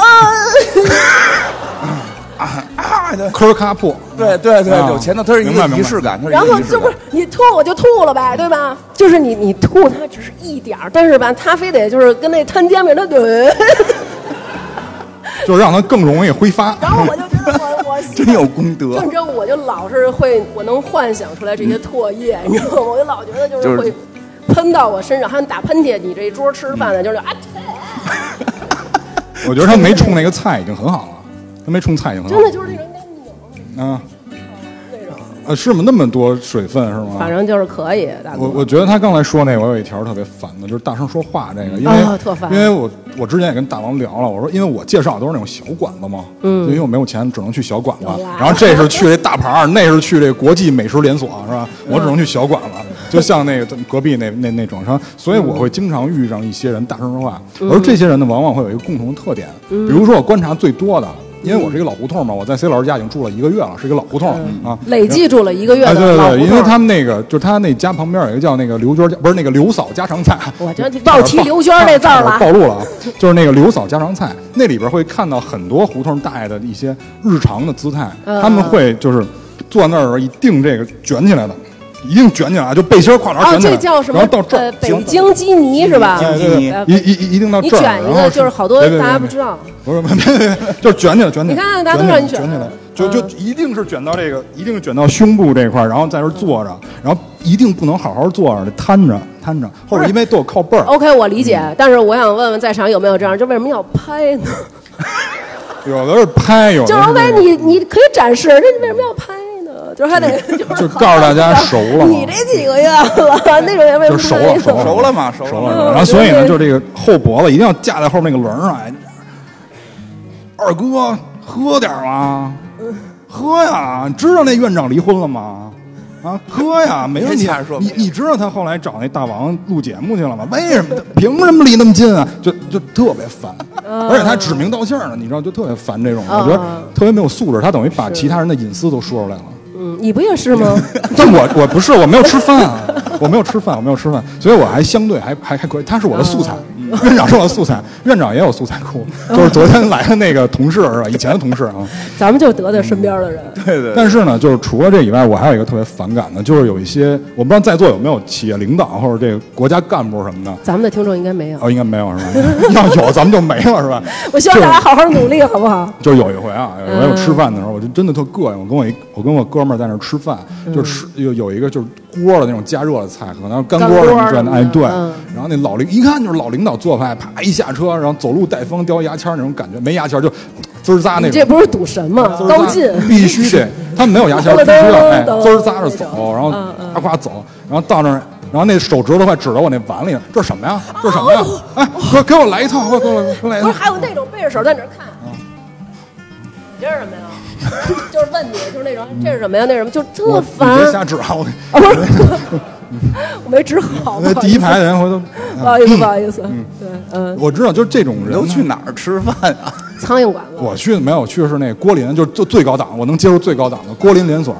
啊，对科尔卡普，对对对，啊有前奏，它是一明白个明白仪式感，它是然一个后仪式这不是感。你吐我就吐了呗，对吧？就是你你吐它只是一点儿，但是吧，它非得就是跟那摊煎饼的怼，就是让他更容易挥发。然后我就觉得我我真有功德就你知道，我就老是会，我能幻想出来这些唾液，你知道吗？我就老觉得就是就是会喷到我身上，还有打喷嚏。你这一桌吃饭的，就是啊，我觉得他没冲那个菜已经很好了，他没冲菜已经很真好的了。就是那种那种啊那种，啊，是吗？那么多水分是吗？反正就是可以，大哥我。我觉得他刚才说那个，我有一条特别烦的，就是大声说话这个，因为、啊特烦因为我我之前也跟大王聊了，我说因为我介绍的都是那种小馆子嘛，嗯，因为我没有钱，只能去小馆子有呀，然后这是去这大牌儿，那是去这国际美食连锁，是吧？我只能去小馆子，嗯 就像那个隔壁那那那种，然后所以我会经常遇上一些人大声说话，嗯而这些人呢，往往会有一个共同的特点，比如说我观察最多的。因为我是一个老胡同嘛，我在 C 老师家已经住了一个月了，是一个老胡同、啊。累计住了一哦个月哎，的对老胡对，同因为他们那个就是他那家旁边有一个叫那个刘娟家，不是那个刘嫂家常菜。我这暴提刘娟那字儿了暴露了啊！就是那个刘嫂家常菜，那里边会看到很多胡同大爷的一些日常的姿态，嗯他们会就是坐那儿一定这个卷起来的，一定卷起来啊，就背心儿挎哦，栏卷起来，这叫什么？然后到这呃儿，北京基尼是吧？哎对京基尼对一一一一定到你这儿，卷啊一然后个，就是好多对对对大对家不知道。不是，别别别，就是卷起来，卷起来。你看大家卷起都来让你卷卷起来，就就一定是卷到这个，一定是卷到胸部这块儿，然后在这儿坐着，然后一定不能好好坐着，得摊着摊着，或者因为都有靠背儿， OK，我理解，嗯但是我想问问在场有没有这样？这为什么要拍 呢？有的是拍，有的就是是那 OK，个你你可以展示，这你为什么要拍呢？就是还得就是就告诉大家熟了嘛你这几个月了，那种人为什就么是熟了不拍熟了熟了嘛熟啊熟了。了嘛熟了然后所以呢，就这个后脖子一定要架在后面那个轮儿上。哎二哥，喝点儿啊，喝呀！你知道那院长离婚了吗？啊，喝呀，没问题。别瞎说你别瞎说你知道他后来找那大王录节目去了吗？为什么？凭什么离那么近啊？就就特别烦，而且他指名道姓的，你知道，就特别烦这种，我觉得特别没有素质。他等于把其他人的隐私都说出来了。嗯，你不也 是吗？但我我不是，我没有吃饭啊，我没有吃饭，我没有吃饭，所以我还相对还还还可以，他是我的素材，啊院长是我的素材，院长也有素材库， 就是昨天来的那个同事是吧？以前的同事啊。咱们就得罪身边的人。 嗯对对但是呢，就是除了这以外，我还有一个特别反感的，就是有一些我不知道在座有没有企业领导或者这个国家干部什么的。 咱们的听众应该没有。哦，应该没有是吧？ 要有咱们就没了是吧？ 我希望大家好好努力，好不好？就是有一回啊，有一回我吃饭的时候，我就真的特膈应。我跟我一我跟我哥们儿在那儿吃饭，就吃有有一个就是锅的那种加热的菜，可能干锅什么之类干的。锅哎，对。嗯然后那老领一看就是老领导做派，啪一下车，然后走路带风叼牙签儿那种感觉，没牙签儿就滋儿扎那种。你这不是赌神吗？滋儿高咂进。必须得，他们没有牙签，噔必须要哎噔滋儿扎着那走，种然后嗯嗯夸夸走，然后到那儿，然后那手指头快指到我那碗里了，这是什么呀？这是什么呀？哎，给我给我来一套，快给我来给我来一不套是，。还有那种背着手在那儿看。嗯你这是什么呀？ 就是问你，就是那种这是什么呀？那什么，就特我你。烦别 瞎指啊！我啊，不是，我没指好。 那不好第意一思排嗯的人回头，不好意思，不好意思。对，嗯， 我知道，就是这种人你呢都去。哪儿吃饭啊？苍蝇馆子。我去没有去的是那郭林，就就最高档，我能接受最高档的郭林连锁，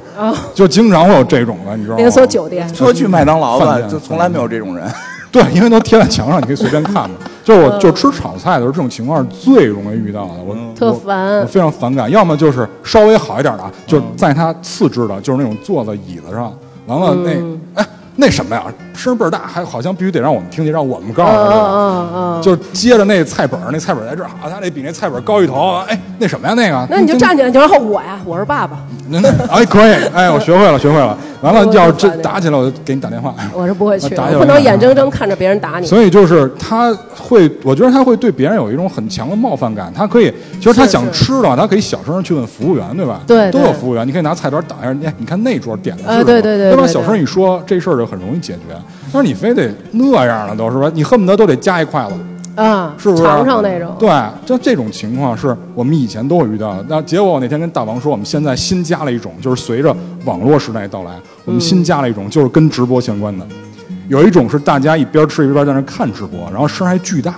就经常会有这种的，你知道吗？连锁酒店，哦说去麦当劳饭吧，店就从来没有这种人。对，因为都贴在墙上，你可以随便看嘛。就是嗯我就吃炒菜的时候，这种情况是最容易遇到的，我特我烦我非常反感。要么就是稍微好一点的啊，就是嗯在它次之的，就是那种坐在椅子上，完了嗯那哎那什么呀，声倍儿大，还好像必须得让我们听见，让我们告诉嗯他这嗯个。嗯嗯。就是接着那菜本儿，那菜本儿在这儿，啊，他那比那菜本儿高一头，哎，那什么呀，那个，那你就站起来，你就说我呀，我是爸爸，您，哎，可以，哎，我学会了，学会了。完了，我要我是真烦你打起来，我就给你打电话。我是不会去打起的，来不能眼睁睁看着别人打你。所以就是他会，我觉得他会对别人有一种很强的冒犯感。他可以，其实他是想是吃的话，他可以小声去问服务员，对吧？对都对有服务员，你可以拿菜单打一下，哎，你看那桌点的是什哎么？对对对要不然对小对声一说，这事儿就很容易解决。但是你非得那样了，都是吧？你恨不得都得夹一筷子，啊，是不是？尝尝那种。对，就这种情况是我们以前都会遇到的。那结果我那天跟大王说，我们现在新加了一种，就是随着网络时代到来，我们嗯新加了一种，就是跟直播相关的。有一种是大家一边吃一边在那看直播，然后声还巨大。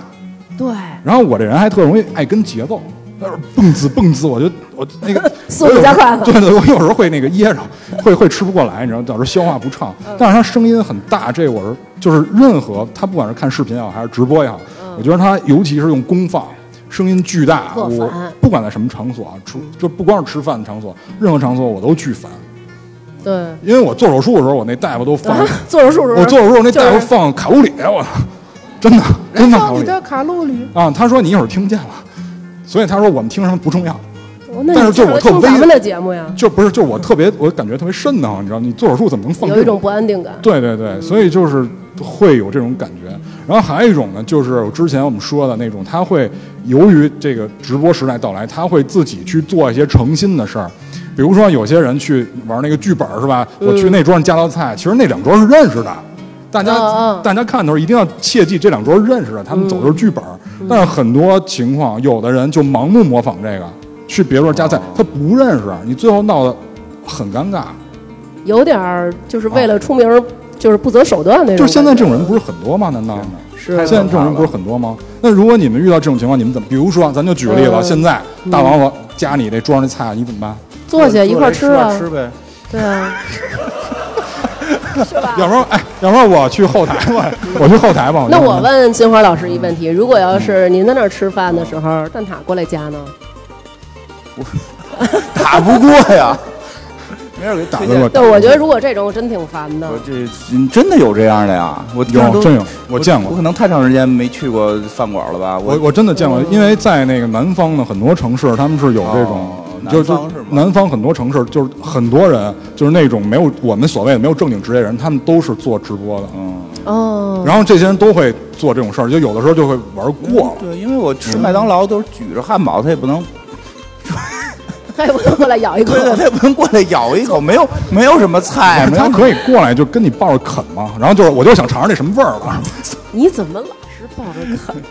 对，然后我这人还特容易爱跟节奏，那儿蹦滋蹦滋，我就我那个 速度加快了对对，我有时候会那个噎着，会会吃不过来，你知道，导致消化不畅。嗯但是他声音很大，这我是就是任何他不管是看视频也好，还是直播也好，嗯我觉得他尤其是用功放。声音巨大，特我烦不管在什么场所啊，除嗯就不光是吃饭的场所，任何场所我都巨烦。对。因为我做手术的时候，我那大夫都放， 啊，做手术时候，我做手术那大就夫是放卡路里，我操，真的哎真的卡路里。卡路里，啊，他说你一会儿听不见了，所以他说我们听什么不重要，哦那但你是就是听我特听咱微们的节目呀，就不是就是我特别我感觉特别瘆得慌，你知道，你做手术怎么能放有一这种不安定感。对对嗯对，所以就是会有这种感觉。然后还有一种呢，就是之前我们说的那种，他会由于这个直播时代到来，他会自己去做一些诚心的事儿。比如说，有些人去玩那个剧本儿是吧？嗯我去那桌上加道菜，其实那两桌是认识的，大家、嗯嗯嗯大家看的时候一定要切记这两桌是认识的，他们走的是剧本儿。但是很多情况，有的人就盲目模仿这个，去别桌哦加菜，他不认识，你最后闹得很尴尬。有点儿就是为了出名啊儿，就是不择手段哎那种感觉。就是现在这种人不是很多吗？难道是现在这种人不是很多吗？那如果你们遇到这种情况，你们怎么？比如说，啊咱就举个例子，嗯现在大王我加你这桌上的菜，啊你怎么办？坐下一块儿吃啊，吃呗。对啊，是吧？要不然，哎，要不然我去后台吧，我去后台吧。那就我问金花老师一问题：如果要是您在那儿吃饭的时候，蛋挞过来夹呢？打不过 呀，没事儿给打得打过过。对，我觉得如果这种真挺烦的我。这你真的有这样的呀？我听着有都真有，我我见过我可。能太长时间没去过饭馆了吧？我我我真的见过，因为在那个南方呢，很多城市他们是有这种哦，就南方是吗南方很多城市就是很多人就是那种没有我们所谓的没有正经职业人，他们都是做直播的，嗯，哦，然后这些人都会做这种事儿，就有的时候就会玩过了。对，因为我吃麦当劳都是举着汉堡，他也不能，他也不能过来咬一口 对。对，他也不能过来咬一口，没有没有什么 菜，没哎他有可以过来就跟你抱着啃嘛，然后就是我就想尝尝那什么味儿了。你怎么老是抱着啃？对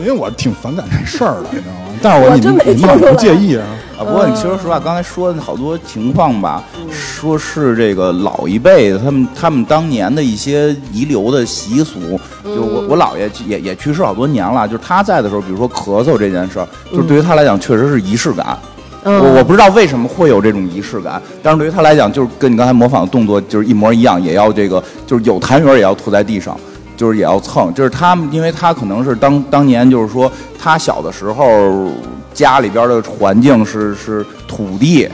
因为我挺反感这事儿的，你知道吗？但是我我你真没们你听们出不来介意啊？啊，不过你说实话，刚才说的好多情况吧，说是这个老一辈的，他们他们当年的一些遗留的习俗，就我我姥爷也也去世好多年了，就是他在的时候，比如说咳嗽这件事儿，就是对于他来讲确实是仪式感。嗯我我不知道为什么会有这种仪式感，但是对于他来讲，就是跟你刚才模仿的动作就是一模一样，也要这个就是有痰盂儿也要吐在地上，就是也要蹭。就是他们，因为他可能 是当当年就是说他小的时候家里边的环境是是土地，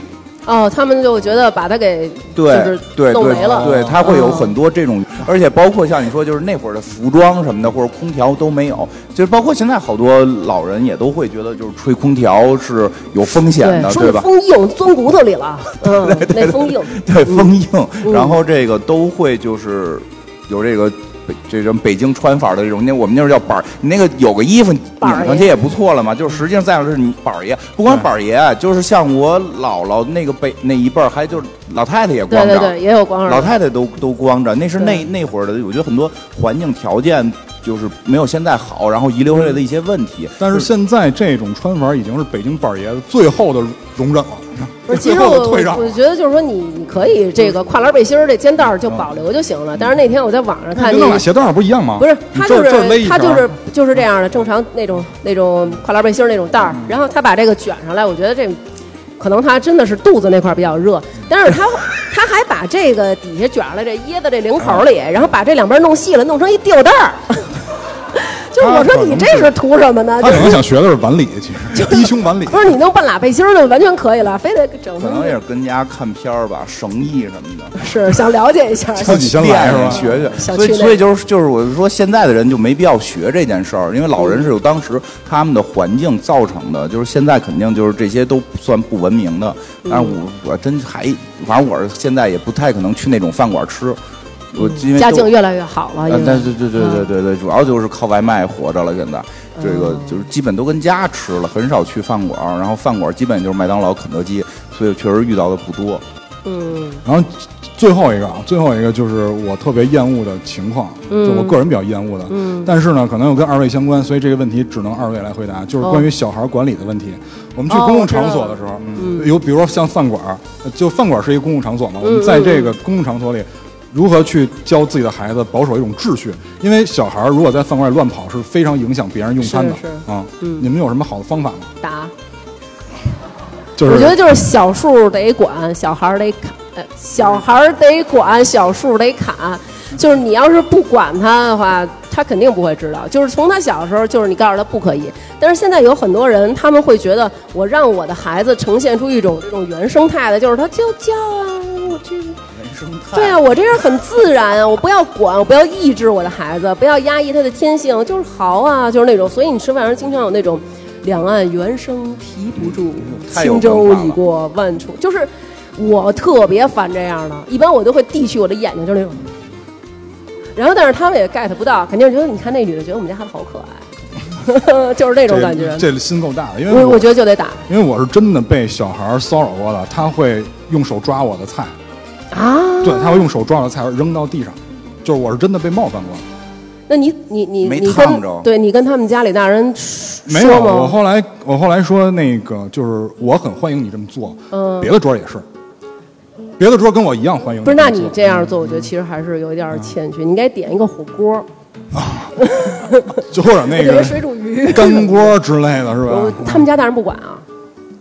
哦，他们就觉得把它给对就是对弄对没了，对，他会有嗯很多这种，而且包括像你说，就是那会儿的服装什么的，或者空调都没有，就是包括现在好多老人也都会觉得，就是吹空调是有风险的，说对你吧？风硬钻骨头里了， 嗯，那风硬，对，风硬，嗯然后这个都会就是有这个。北这种北京穿法的这种，那我们那时候叫板儿，你那个有个衣服拧板儿爷上去也不错了嘛。就是实际上再有就是你板儿爷，不光板儿爷，啊就是像我姥姥那个辈那一辈儿，还就是老太太也对光对着，对，也有光老耳，太太都都光着，那是对那那会儿的，我觉得很多环境条件就是没有现在好，然后遗留下来的一些问题。但是现在这种穿法已经是北京板儿爷的最后的容忍了，不 是，其最实后我的退让我了。觉得就是说你你可以这个跨栏背心儿这肩带儿就保留就行了。但是那天我在网嗯上那看跟那那俩个。鞋带儿不一样吗？不是，你他这就儿这儿勒一是他条就是就是这样的，正常那种那种跨栏背心儿那种带儿，嗯然后他把这个卷上来，我觉得这可能他真的是肚子那块儿比较嗯热，但是他他还把这个底下卷上来这掖在这领口啊里，然后把这两边弄细了，弄成一吊带儿。 就是我啊说你这是图什么呢？他就可能是想学的是晚礼，其实低胸晚礼。不是你弄半拉背心儿就完全可以了，非得整可能成也是跟家看片儿吧，绳艺什么的，是想了解一下。自己先来是吧学学。小所区以，内所以就是就是我是说，现在的人就没必要学这件事儿，因为老人是有当时他们的环境造成的，就是现在肯定就是这些都算不文明的。嗯但是我我真还，反正我是现在也不太可能去那种饭馆吃，我因为家都境越来越好嗯哦了，啊，因为但对对对对对对，主要就是靠外卖活着了。现在这个就是基本都跟家吃了，很少去饭馆儿，然后饭馆儿基本就是麦当劳、肯德基，所以确实遇到的不多。嗯然后最后一个啊，最后一个就是我特别厌恶的情况，嗯就我个人比较厌恶的。但是呢，可能又跟二位相关，所以这个问题只能二位来回答，就是关于小孩管理的问题。我们去哦公我共知道嗯场所的时候，有比如说像饭馆儿，就饭馆儿是一个公共场所嘛，我们嗯在这个公共场所里。如何去教自己的孩子保守一种秩序？因为小孩儿如果在饭馆里乱跑，是非常影响别人用餐的是嗯是啊、你们有什么好的方法吗？打。就是我觉得就是小数得管，小孩儿得砍，呃，小孩儿得管，小数得砍。就是你要是不管他的话，他肯定不会知道。就是从他小的时候，就是你告诉他不可以。但是现在有很多人，他们会觉得我让我的孩子呈现出一种这种原生态的，就是他就叫啊，我这个原生态对啊，我这人很自然啊，我不要管，我不要抑制我的孩子，不要压抑他的天性，就是豪啊，就是那种。所以你吃饭时经常有那种“两岸猿声啼不住，嗯太有轻舟文化已了过万重”，就是我特别烦这样的。一般我都会递去我的眼睛，就是那种。然后，但是他们也 get 不到，肯定觉得你看那女的觉得我们家孩子好可爱， 就是那种感觉。这这心够大的，因为我我觉得就得打因为我是真的被小孩儿骚扰过的，他会用手抓我的菜，啊！对，他会用手抓我的菜扔到地上，就是我是真的被冒犯过。那你你你没你烫跟着对你跟他们家里大人说没有，吗我后来我后来说那个就是我很欢迎你这么做，嗯别的桌儿也是，别的桌儿跟我一样欢迎。不是，那这么你做这样做，我觉得其实还是有一点儿嗯欠缺。你应该点一个火锅，就或者那点一个个水煮鱼。干锅之类的是我吧？嗯他们家大人不管啊。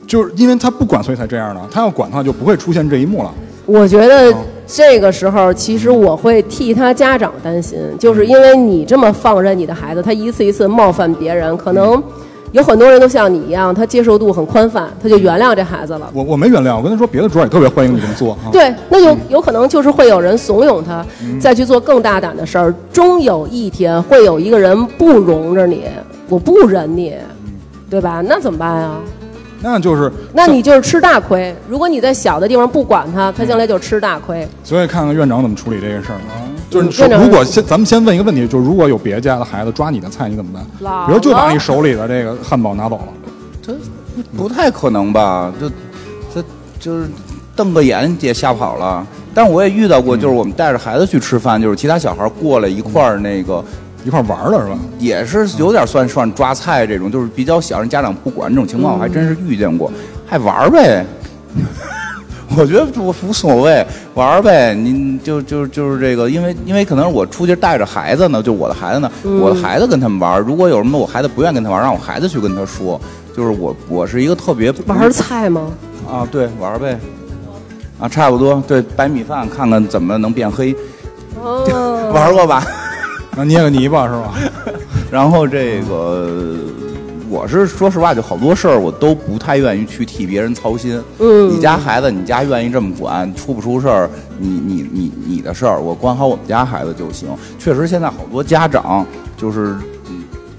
就是因为他不管，所以才这样的。他要管的话，就不会出现这一幕了。我觉哦得这个时候，其实我会替他家长担心，就是因为你这么放任你的孩子，他一次一次冒犯别人，可嗯能有很多人都像你一样，他接受度很宽泛，他就原谅这孩子了。我我没原谅，我跟他说别的桌儿也特别欢迎你这么 做啊。对，那有嗯有可能就是会有人怂恿他再去做更大胆的事儿，终有一天会有一个人不容着你，我不忍你，嗯对吧？那怎么办呀？那就是那你就是吃大亏。如果你在小的地方不管嗯他，他将来就吃大亏。所以看看院长怎么处理这个事儿啊。就是说院，长如果先咱们先问一个问题，就是如果有别家的孩子抓你的菜，你怎么办？姥姥比如就把你手里的这个汉堡拿走了，这不太可能吧？就这就是瞪个眼也吓跑了。但是我也遇到过，就是我们带着孩子去吃饭，就是其他小孩过来一块儿那个。一块玩儿的是吧？也是有点算算抓菜这种，就是比较小，人家长不管这种情嗯况，我还真是遇见过，还玩儿呗。 我觉得我无所谓，玩儿呗。你就就就是这个，因为因为可能我出去带着孩子呢，就我的孩子呢，嗯我的孩子跟他们玩儿。如果有什么我孩子不愿跟他玩儿，让我孩子去跟他说。就是我我是一个特别玩儿菜吗？啊，对，玩儿呗。啊，差不多，对，白米饭看看怎么能变黑，哦， 玩儿过吧？然后捏个泥巴是吧？然后这个，我是说实话，就好多事儿我都不太愿意去替别人操心。嗯你家孩子，你家愿意这么管，出不出事儿，你你你你的事儿，我管好我们家孩子就行。确实，现在好多家长就是。嗯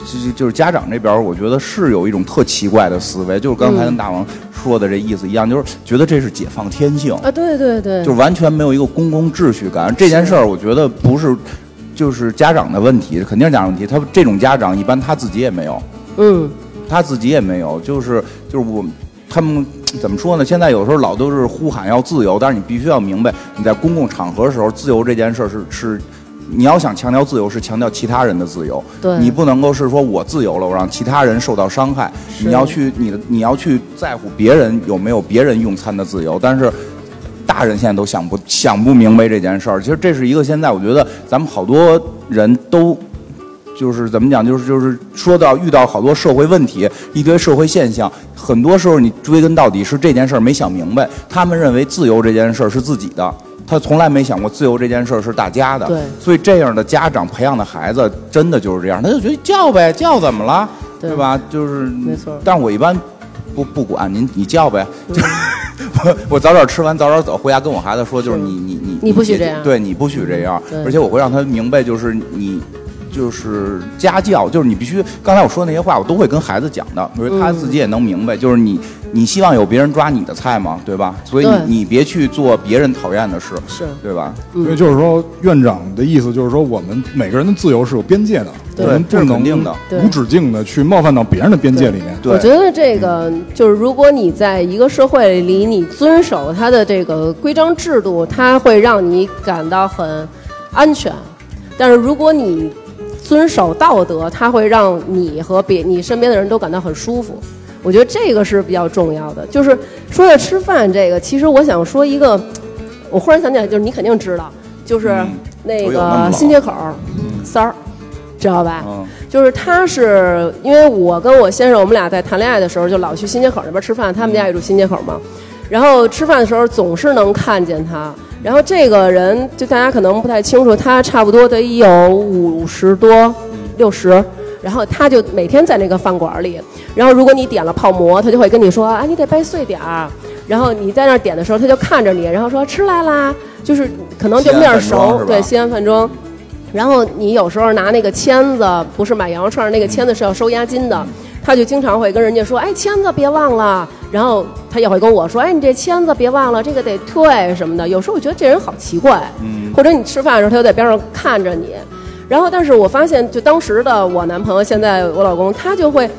就就是家长这边儿，我觉得是有一种特奇怪的思维，就是刚才跟大王说的这意思一样，就是觉得这是解放天性，啊，对对对，就完全没有一个公共秩序感。这件事儿，我觉得不是就是家长的问题，肯定是家长问题。他这种家长一般他自己也没有，嗯，他自己也没有，就是就是我们他们怎么说呢？现在有时候老都是呼喊要自由，但是你必须要明白，你在公共场合的时候，自由这件事儿是是。你要想强调自由，是强调其他人的自由。对你不能够是说我自由了，我让其他人受到伤害。是你要去你的，你要去在乎别人有没有别人用餐的自由。但是大人现在都想不想不明白这件事儿。其实这是一个现在我觉得咱们好多人都就是怎么讲，就是就是说到遇到好多社会问题，一堆社会现象，很多时候你追根到底是这件事儿没想明白。他们认为自由这件事儿是自己的，他从来没想过自由这件事儿是大家的。对所以这样的家长培养的孩子真的就是这样，他就觉得叫呗，叫怎么了，对对吧？就是没错但我一般不不管您，你叫呗。就 我我早点吃完，早点走，回家跟我孩子说，就是是你你你你不许别这样对你不许这样对，而且我会让他明白，就是你就是家教，就是你必须。刚才我说那些话，我都会跟孩子讲的，我觉得他自己也能明白，就是你你希望有别人抓你的菜吗？对吧？所以对你你别去做别人讨厌的事，是对吧？嗯所以就是说，院长的意思就是说，我们每个人的自由是有边界的，对我们这不是能肯定的对无止境的去冒犯到别人的边界里面。对我觉得这个就是，如果你在一个社会里，你遵守它的这个规章制度，它会让你感到很安全。但是如果你遵守道德，它会让你和别你身边的人都感到很舒服。我觉得这个是比较重要的。就是说到吃饭这个，其实我想说一个，我忽然想起来，就是你肯定知道，就是嗯那我有那么个老新街口三儿，知道吧？嗯，就是他是因为我跟我先生，我们俩在谈恋爱的时候就老去新街口那边吃饭，他们家也住新街口嘛。然后吃饭的时候总是能看见他。然后这个人就大家可能不太清楚，他差不多得有五十多、六十。然后他就每天在那个饭馆里，然后如果你点了泡馍，他就会跟你说：“啊，你得掰碎点儿。”然后你在那儿点的时候，他就看着你，然后说：“吃来啦。”就是可能就西安面饭庄熟，是吧对，西安饭庄。然后你有时候拿那个签子，不是买羊肉串儿那个签子是要收押金的，他就经常会跟人家说：“哎，签子别忘了。”然后他也会跟我说：“哎，你这签子别忘了，这个得退什么的。”有时候我觉得这人好奇怪，或者你吃饭的时候他就在边上看着你，然后但是我发现，就当时的我男朋友，现在我老公，他就会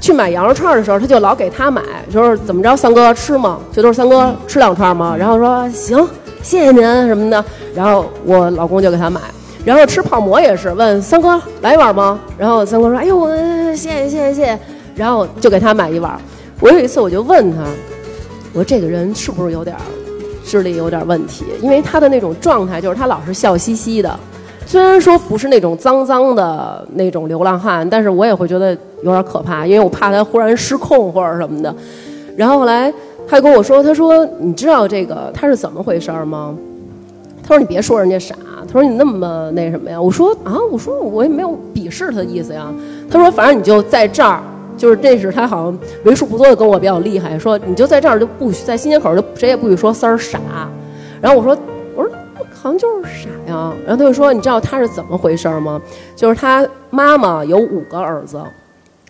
去买羊肉串儿的时候，他就老给他买，就是怎么着，三哥吃吗？这都是三哥吃两串吗？然后说行，谢谢您什么的。然后我老公就给他买。然后吃泡馍也是，问三哥来一碗吗？然后三哥说：“哎呦，我谢谢谢谢谢谢。”然后就给他买一碗。我有一次我就问他，我说这个人是不是有点儿智力有点儿问题？因为他的那种状态就是他老是笑嘻嘻的，虽然说不是那种脏脏的那种流浪汉，但是我也会觉得有点可怕，因为我怕他忽然失控或者什么的。然后后来他就跟我说，他说你知道这个他是怎么回事儿吗？他说你别说人家傻，他说你那么那什么呀？我说啊，我说我也没有鄙视他的意思呀。他说反正你就在这儿，就是这是他好像为数不多的跟我比较厉害，说你就在这儿就不许在新街口就谁也不许说三儿傻。然后我说我说好像就是傻呀。然后他就说你知道他是怎么回事儿吗？就是他妈妈有五个儿子，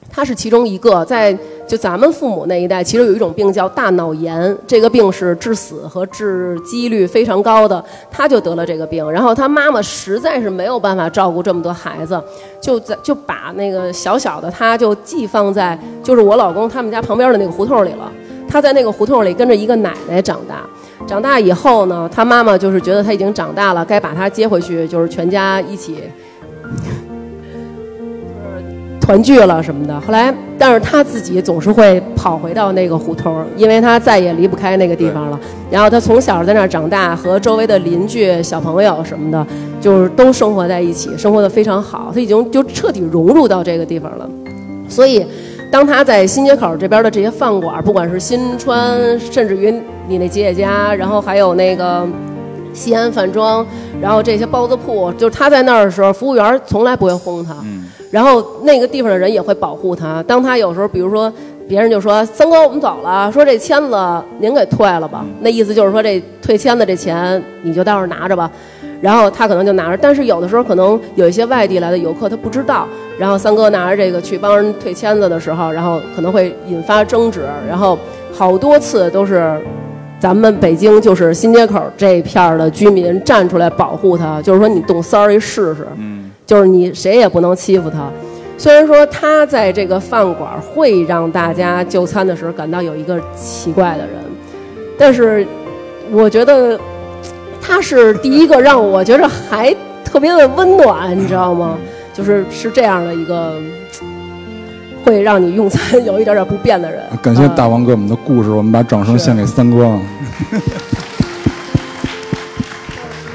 他是其中一个，在就咱们父母那一代，其实有一种病叫大脑炎，这个病是致死和致几率非常高的，他就得了这个病。然后他妈妈实在是没有办法照顾这么多孩子，就在就把那个小小的他就寄放在就是我老公他们家旁边的那个胡同里了。他在那个胡同里跟着一个奶奶长大，长大以后呢，他妈妈就是觉得他已经长大了，该把他接回去，就是全家一起团聚了什么的。后来，但是他自己总是会跑回到那个胡同儿，因为他再也离不开那个地方了。然后他从小在那儿长大，和周围的邻居、小朋友什么的，就是都生活在一起，生活的非常好。他已经就彻底融入到这个地方了，所以。当他在新街口这边的这些饭馆，不管是新川，甚至于你那吉野家，然后还有那个西安饭庄，然后这些包子铺，就是他在那儿的时候，服务员从来不会轰他，然后那个地方的人也会保护他。当他有时候，比如说别人就说：“三哥，我们走了。”说这签子您给退了吧，那意思就是说这退签子这钱你就到时候拿着吧。然后他可能就拿着，但是有的时候可能有一些外地来的游客他不知道，然后三哥拿着这个去帮人退签子的时候，然后可能会引发争执，然后好多次都是咱们北京就是新街口这片儿的居民站出来保护他，就是说你动三儿一试试，嗯，就是你谁也不能欺负他。虽然说他在这个饭馆会让大家就餐的时候感到有一个奇怪的人，但是我觉得他是第一个让我觉着还特别的温暖，你知道吗？就是是这样的一个，会让你用餐有一点点不便的人。感谢呃大王给我们的故事，我们把掌声是献给三哥啊。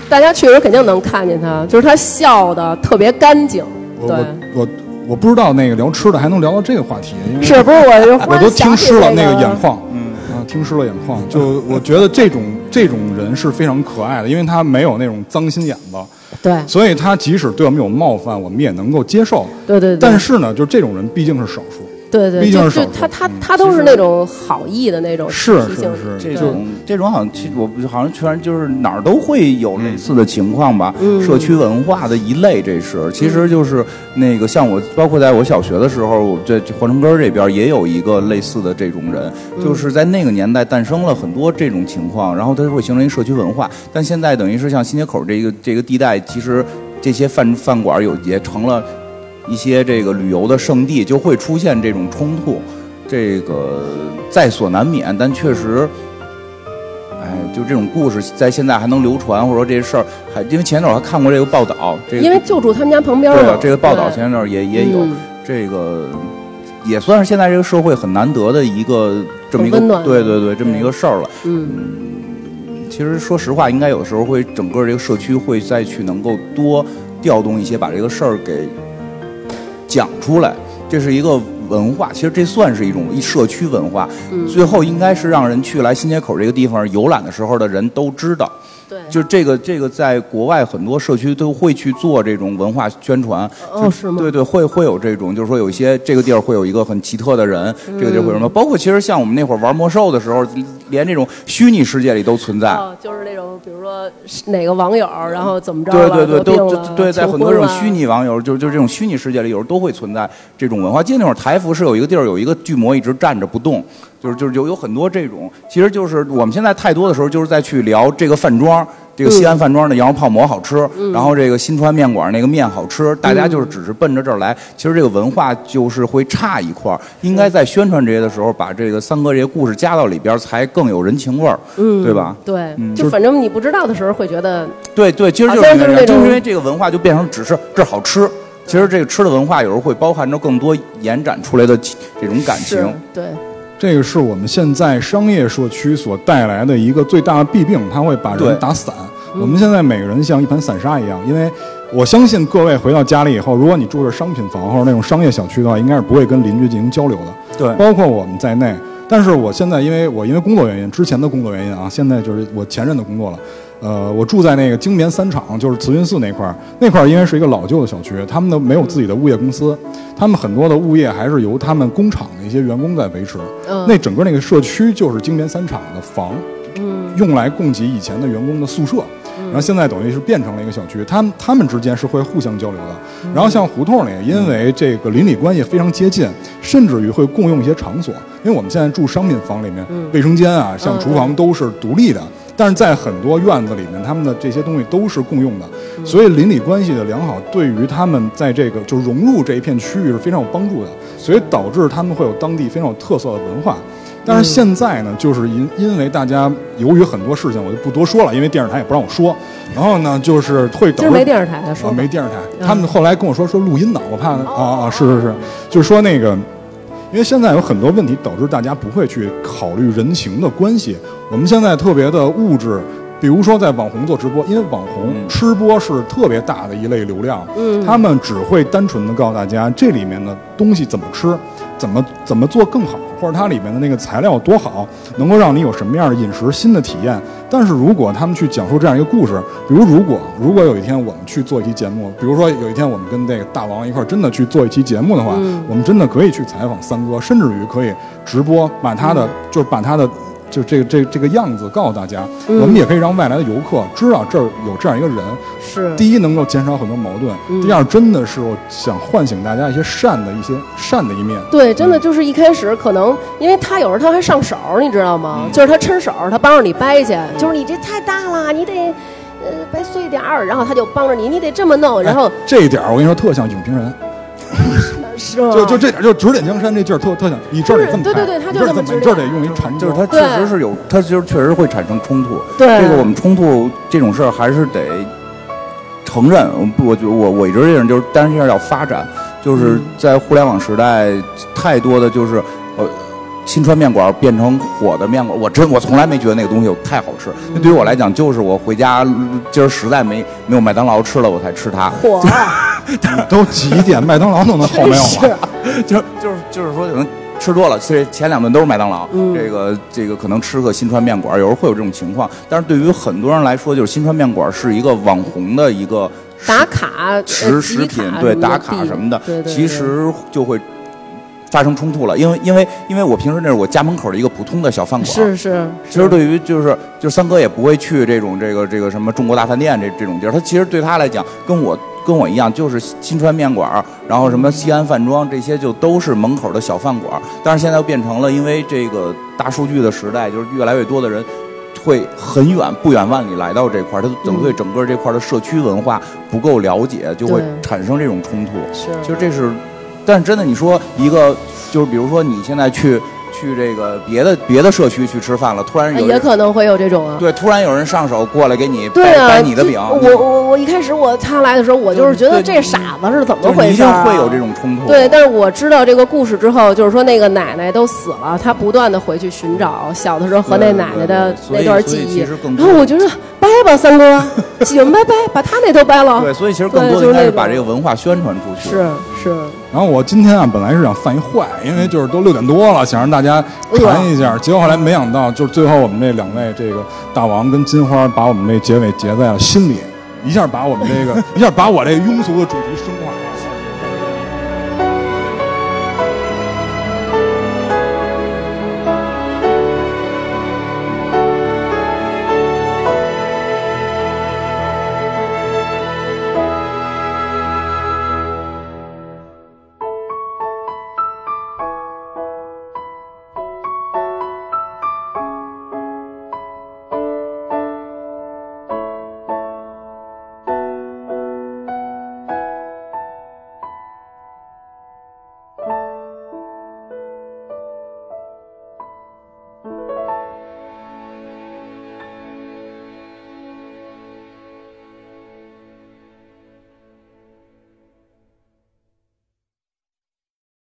大家去的时候肯定能看见他，就是他笑的特别干净，我对，我我我不知道那个聊吃的还能聊到这个话题，因为是不是？我就忽我然都想听起湿了这那个眼眶，嗯啊，听湿了眼眶。就我觉得这种这种人是非常可爱的，因为他没有那种脏心眼子，对所以他即使对我们有冒犯，我们也能够接受。对对对但是呢，就这种人毕竟是少数。对对，毕竟就是就少数他他他都是那种好意的那种是提是醒是这对种这种好像其我好像全就是哪儿都会有类似的情况吧，社区文化的一类这是，其实就是那个像我，包括在我小学的时候，我这这皇城根儿这边也有一个类似的这种人，就是在那个年代诞生了很多这种情况，然后它会形成一社区文化，但现在等于是像新街口这个这个地带，其实这些饭饭馆有也成了。一些这个旅游的圣地就会出现这种冲突，这个在所难免，但确实，哎，就这种故事在现在还能流传，或者说这事儿还因为前一阵儿我还看过这个报道，这个因为就住他们家旁边对嘛。啊，这个报道对前一阵儿也也有、嗯这个。也算是现在这个社会很难得的一个这么一个很温暖对对对这么一个事儿了。嗯，其实说实话，应该有时候会整个这个社区会再去能够多调动一些，把这个事儿给讲出来。这是一个文化，其实这算是一种一社区文化。嗯最后应该是让人去来新街口这个地方游览的时候的人都知道。对，就这个这个，在国外很多社区都会去做这种文化宣传。哦就是吗对对，会会有这种，就是说有一些这个地儿会有一个很奇特的人，这个地儿会有什嗯么？包括其实像我们那会儿玩魔兽的时候，连这种虚拟世界里都存在。哦，就是那种比如说是哪个网友，然后怎么着对了，对对，得病都了对，在求很多婚这种了虚拟网友，就就这种虚拟世界里，有时候都会存在这种文化。记得那会儿台服是有一个地儿，有一个巨魔一直站着不动，就是就是有有很多这种。其实就是我们现在太多的时候，就是在去聊这个饭庄，这个西嗯安饭庄的羊肉泡馍好吃，然后这个新川面馆那个面好吃，大家嗯就是只是奔着这儿来。其实这个文化就是会差一块儿，应嗯该在宣传这些的时候，把这个三哥这些故事加到里边儿，才更有人情味儿，嗯对吧？对，就反正你不知道的时候会觉得对对，其实好就是像这就是样那就是因种为这个文化就变成只是这好吃。其实这个吃的文化有时候会包含着更多延展出来的其这种感是情。，对，这个是我们现在商业社区所带来的一个最大的弊病，它会把对人打散。我们现在每个人像一盘散沙一样，因为我相信各位回到家里以后，如果你住着商品房或者那种商业小区的话，应该是不会跟邻居进行交流的，对包括我们在内。但是我现在因为我因为工作原因，之前的工作原因啊，现在就是我前任的工作了。呃，我住在那个经棉三厂，就是慈云寺那块儿。那块儿因为是一个老旧的小区，他们的没有自己的物业公司，他们很多的物业还是由他们工厂的一些员工在维持。嗯那整个那个社区就是经棉三厂的房，用来供给以前的员工的宿舍。然后现在等于是变成了一个小区，他们他们之间是会互相交流的。然后像胡同里，因为这个邻里关系非常接近，甚至于会共用一些场所。因为我们现在住商品房里面，卫生间啊，像厨房都是独立的，但是在很多院子里面，他们的这些东西都是共用的。所以邻里关系的良好，对于他们在这个就融入这一片区域是非常有帮助的。所以导致他们会有当地非常有特色的文化。但嗯是现在呢，就是因因为大家由于很多事情，我就不多说了，因为电视台也不让我说。然后呢，就是会导致今儿没电视台了，说啊，吧没电视台。他们后来跟我说说录音呢，我怕啊啊是是是，就是说那个，因为现在有很多问题导致大家不会去考虑人情的关系。我们现在特别的物质，比如说在网红做直播，因为网红吃播是特别大的一类流量，嗯，他们只会单纯的告诉大家这里面的东西怎么吃，怎么怎么做更好。或者它里面的那个材料有多好，能够让你有什么样的饮食新的体验。但是如果他们去讲述这样一个故事，比如如果如果有一天我们去做一期节目，比如说有一天我们跟那个大王一块儿真的去做一期节目的话，我们真的可以去采访三哥，甚至于可以直播，把他的、就是把他的。就这个这个这个样子告诉大家，我们也可以让外来的游客知道这儿有这样一个人，是第一能够减少很多矛盾，第二真的是我想唤醒大家一些善的一些善的一面。对，真的就是一开始可能，因为他有时候他还上手，你知道嗯吗？就是他抻手，他帮着你掰去，就是你这太大了，你得呃掰碎点儿，然后他就帮着你，你得这么弄，然后、哎这一点儿我跟你说特像影评人，哎是吗？就就这点儿就指点江山这劲儿特特像，你这儿得这么嗯对对对拍他你就这儿这么得指你这儿得点用一长就是它他确实是有，它就是确实会产生冲突。对这个我们冲突这种事儿还是得承认。我不我觉我我一直认为就是，但是这样要发展，就是在互联网时代，太多的就是呃。新川面馆变成火的面馆，我真我从来没觉得那个东西有太好吃。那对于我来讲，就是我回家嗯今儿实在没没有麦当劳吃了，我才吃它。火，都几点麦当劳都能好没有啊吗？就是就是就是说，可能吃多了，其实前两顿都是麦当劳，这个这个可能吃个新川面馆，有时候会有这种情况。但是对于很多人来说，就是新川面馆是一个网红的一个打卡食食品，对打卡啊什么的，其实就会。发生冲突了，因为因为因为我平时那是我家门口的一个普通的小饭馆，是是，其实对于就是就是三哥也不会去这种这个这个什么中国大饭店这这种地儿，他其实对他来讲跟我跟我一样，就是新川面馆儿，然后什么西安饭庄这些就都是门口的小饭馆儿。但是现在又变成了因为这个大数据的时代，就是越来越多的人。会很远不远万里来到这块儿，他整对整个这块儿的社区文化不够了解，就会对产生这种冲突。是其实这是，但是真的，你说一个就是，比如说你现在去去这个别的别的社区去吃饭了，突然有哎也人可能会有这种啊。对，突然有人上手过来给你对掰啊，掰你的这饼，我我我一开始我他来的时候，我就是觉得对这傻子是怎么就是你回一事、定啊？会有这种冲突。对，但是我知道这个故事之后，就是说那个奶奶都死了，她不断的回去寻找小的时候和那奶奶的对对对那段记所以所以忆。其实更然多后我觉得掰吧，三 哥，井掰掰，把他那都掰了。对，所以其实更对多的就是应该是那把种这个文化宣传出去。是是，然后我今天啊，本来是想犯一坏，因为就是都六点多了，想让大家哎馋一下，结果后来没想到，就是最后我们这两位这个大王跟金花 把我们这结尾结在了心里，一下把我们这个一下把我这庸俗的主题升华了。